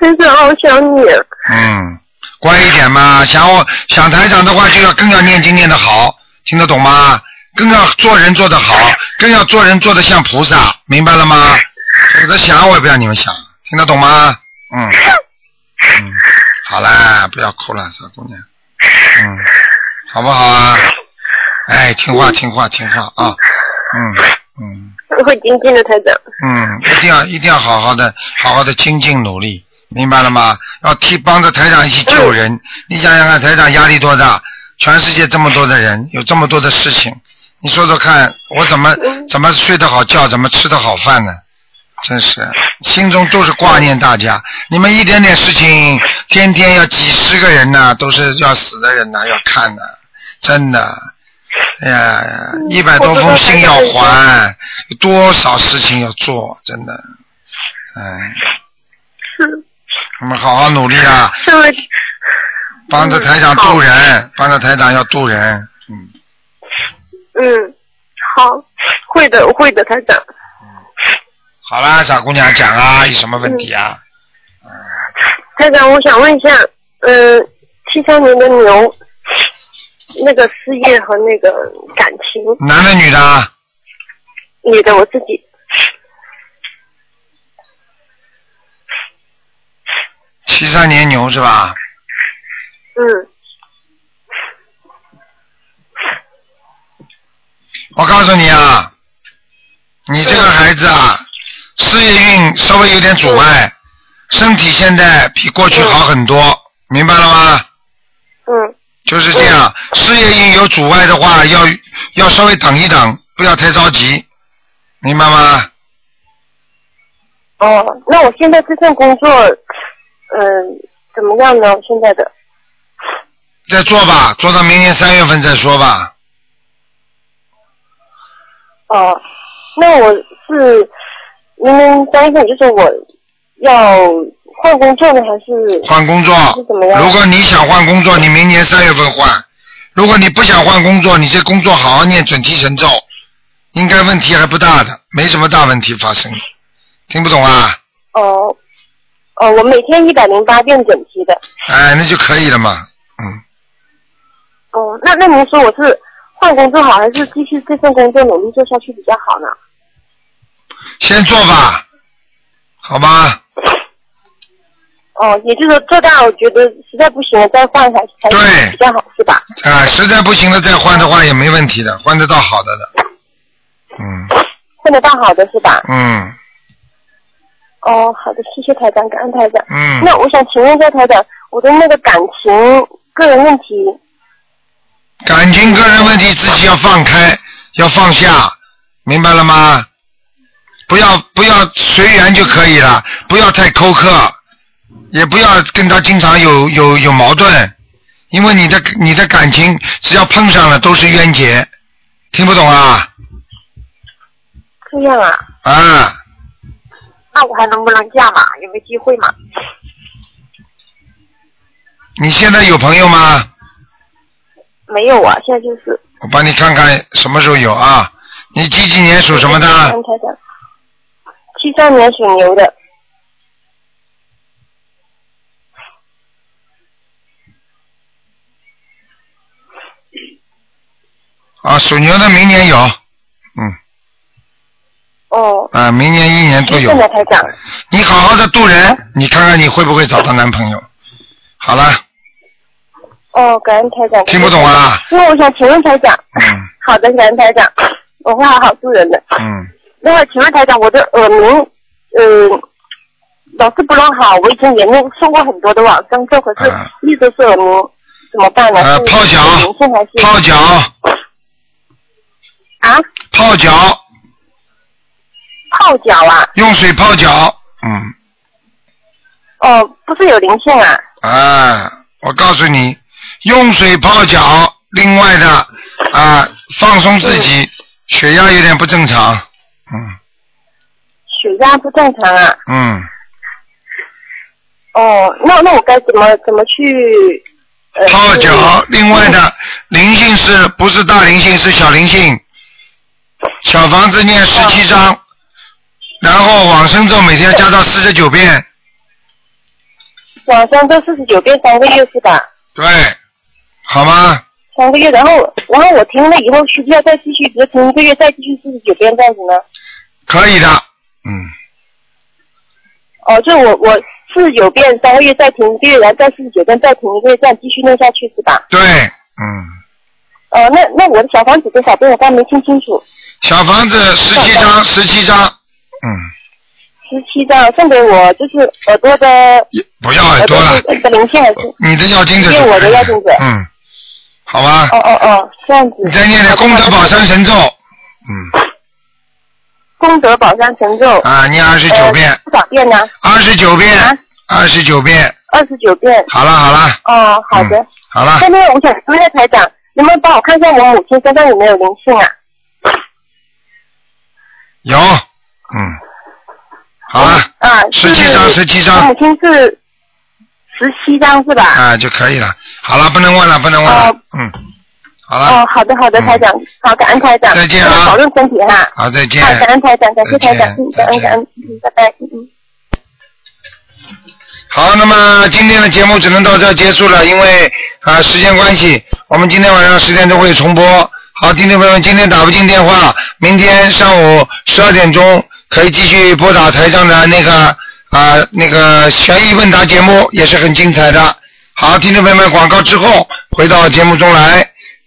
Speaker 6: 台长，好想你，
Speaker 1: 嗯，乖一点嘛。想我想台长的话，就要更要念经念得好，听得懂吗？更要做人做得好，更要做人做得像菩萨，明白了吗？有的想我也不要你们想，听得懂吗？嗯嗯，好啦，不要哭了，傻姑娘。嗯，好不好啊？哎，听话听话听话啊！嗯。
Speaker 6: 我会静静的，台长，
Speaker 1: 嗯，一定要一定要好好的，好好的精进努力，明白了吗？要替帮着台长一起救人。你想想看，台长压力多大？全世界这么多的人，有这么多的事情，你说说看，我怎么怎么睡得好觉，怎么吃得好饭呢？真是，心中都是挂念大家。你们一点点事情，天天要几十个人呐，都是要死的人呐，要看的，真的。哎呀，
Speaker 6: 嗯
Speaker 1: 一百多封信要还，有多少事情要做，真的，哎，我们好好努力啊，
Speaker 6: 是我，
Speaker 1: 帮着台长
Speaker 6: 嗯好
Speaker 1: 渡人，帮着台长要渡人，
Speaker 6: 嗯，好，会的，我会的，台长。
Speaker 1: 好啦，傻姑娘讲啊，有什么问题啊？
Speaker 6: 台长，我想问一下，嗯、呃，七三年的牛，那个事业和那个感情，
Speaker 1: 男的女的啊？
Speaker 6: 女的我自己，
Speaker 1: 七三年牛是吧？
Speaker 6: 嗯，
Speaker 1: 我告诉你啊，你这个孩子啊，事业运稍微有点阻碍，身体现在比过去好很多，明白了吗？
Speaker 6: 嗯。
Speaker 1: 就是这样，事业运有阻碍的话，要要稍微等一等，不要太着急，明白吗？
Speaker 6: 哦，那我现在这份工作，嗯、怎么样呢？现在的
Speaker 1: 再做吧，做到明年三月份再说吧。
Speaker 6: 哦，那我是明年三月份，就是我要换工作呢，还是
Speaker 1: 换工作
Speaker 6: 是怎么样？
Speaker 1: 如果你想换工作，你明年三月份换；如果你不想换工作，你这工作好好念准提神咒，应该问题还不大的，没什么大问题发生。听不懂啊？
Speaker 6: 哦哦，我每天一百零八遍整体的。
Speaker 1: 哎，那就可以了嘛。
Speaker 6: 哦，那那您说我是换工作好，还是继续这份工作努力做下去比较好呢？
Speaker 1: 先做吧，好吧？
Speaker 6: 哦，也就是说做到我觉得实在不行了再换才才是比较好，是吧？
Speaker 1: 啊，实在不行了再换的话也没问题的，换得到好的的。
Speaker 6: 混得到好的是吧？
Speaker 1: 嗯，
Speaker 6: 哦，好的，谢谢台长，感恩台长。
Speaker 1: 嗯
Speaker 6: 那我想请问一下台长，我的那个感情个人问题，
Speaker 1: 感情个人问题自己要放开，要放下，明白了吗？不要不要随缘就可以了，不要太苛刻，也不要跟他经常有有有矛盾，因为你的你的感情只要碰上了都是冤结，听不懂啊？
Speaker 6: 这样啊？
Speaker 1: 啊，
Speaker 6: 那我还能不能嫁嘛？有没有机会嘛？
Speaker 1: 你现在有朋友吗？
Speaker 6: 没有啊，现在就是。
Speaker 1: 我帮你看看什么时候有啊？你几几年属什么
Speaker 6: 感
Speaker 1: 的？啊
Speaker 6: 恩台长。七三年属牛的，
Speaker 1: 啊，属牛的明年有，
Speaker 6: 哦。
Speaker 1: 啊，明年一年都有
Speaker 6: 谢。谢台长。
Speaker 1: 你好好的度人，你看看你会不会找到男朋友？好了，
Speaker 6: 哦，感恩台长。
Speaker 1: 听不懂啊？
Speaker 6: 那我想请问台长，
Speaker 1: 嗯
Speaker 6: 好的，感恩台长，我会好好做人的。
Speaker 1: 嗯，
Speaker 6: 那么请问台长，我的耳鸣，嗯、老是不弄好，我以前也没送过很多的网上咒，可是一直是耳鸣，怎么办呢？
Speaker 1: 呃
Speaker 6: 是
Speaker 1: 啊泡脚
Speaker 6: 耳鸣症还是
Speaker 1: 泡脚。
Speaker 6: 啊？
Speaker 1: 泡脚，
Speaker 6: 泡脚啊？
Speaker 1: 用水泡脚，嗯，
Speaker 6: 哦，不是有灵性啊？
Speaker 1: 啊，我告诉你，用水泡脚，另外的啊，放松自己，血压有点不正常，
Speaker 6: 血压不正常啊？
Speaker 1: 嗯，
Speaker 6: 哦，那那我该怎么怎么去？呃、
Speaker 1: 泡脚，另外的灵性是不是大灵性是小灵性？小房子念十七章，然后往生咒每天加到四十九遍，
Speaker 6: 网上咒四十九遍三个月是吧？
Speaker 1: 对，好吗？
Speaker 6: 三个月，然后然后我停了以后，需不需要再继续？比如停一个月再继续四十九遍这样子呢？
Speaker 1: 可以的，
Speaker 6: 哦，就我我四十九遍三个月再停一个月，然后再四十九遍再停一个月，这样继续念下去是吧？
Speaker 1: 对，嗯
Speaker 6: 哦，那那我的小房子多少遍我刚没听清楚，
Speaker 1: 小房子十七章，十七章，
Speaker 6: 十七张送给我就是耳朵的
Speaker 1: 不要耳
Speaker 6: 耳
Speaker 1: 朵
Speaker 6: 朵
Speaker 1: 了，呃
Speaker 6: 的的灵性还是？
Speaker 1: 你的要经者就
Speaker 6: 念我
Speaker 1: 可
Speaker 6: 的
Speaker 1: 以
Speaker 6: 要
Speaker 1: 了，
Speaker 6: 经者。
Speaker 1: 嗯，好啊吧，
Speaker 6: 哦哦哦，这样子。你
Speaker 1: 再念点功德宝山神咒
Speaker 6: 功德宝山神咒。
Speaker 1: 啊，念二十九
Speaker 6: 呃
Speaker 1: 遍，
Speaker 6: 多少遍呢？啊
Speaker 1: 二十九遍，二十九遍，
Speaker 6: 二十九遍。
Speaker 1: 好了好了，
Speaker 6: 哦，好的。
Speaker 1: 嗯好了
Speaker 6: 下，面我想问一下台长，能不能帮我看一下我母亲身上有没有灵性啊？
Speaker 1: 有，嗯，好了，
Speaker 6: 啊，
Speaker 1: 17张17张
Speaker 6: 我母亲是十七张是吧？
Speaker 1: 啊就可以了，好了，不能问了，不能问了，嗯，好了，
Speaker 6: 哦
Speaker 1: 嗯
Speaker 6: 哦，好的好的，台长，好，感恩台长，
Speaker 1: 再见啊
Speaker 6: 保重身体哈。
Speaker 1: 好，再见
Speaker 6: 好，，感恩台长，感谢
Speaker 1: 再
Speaker 6: 台
Speaker 1: 见
Speaker 6: 长，嗯感恩感恩，嗯拜拜，嗯嗯。
Speaker 1: 好，那么今天的节目只能到这儿结束了，因为啊、时间关系，我们今天晚上十点钟会重播。好，听众朋友们，今天打不进电话，明天上午十二点钟可以继续拨打台上的那个啊、那个悬疑问答节目，也是很精彩的。好，听众朋友们，广告之后回到节目中来。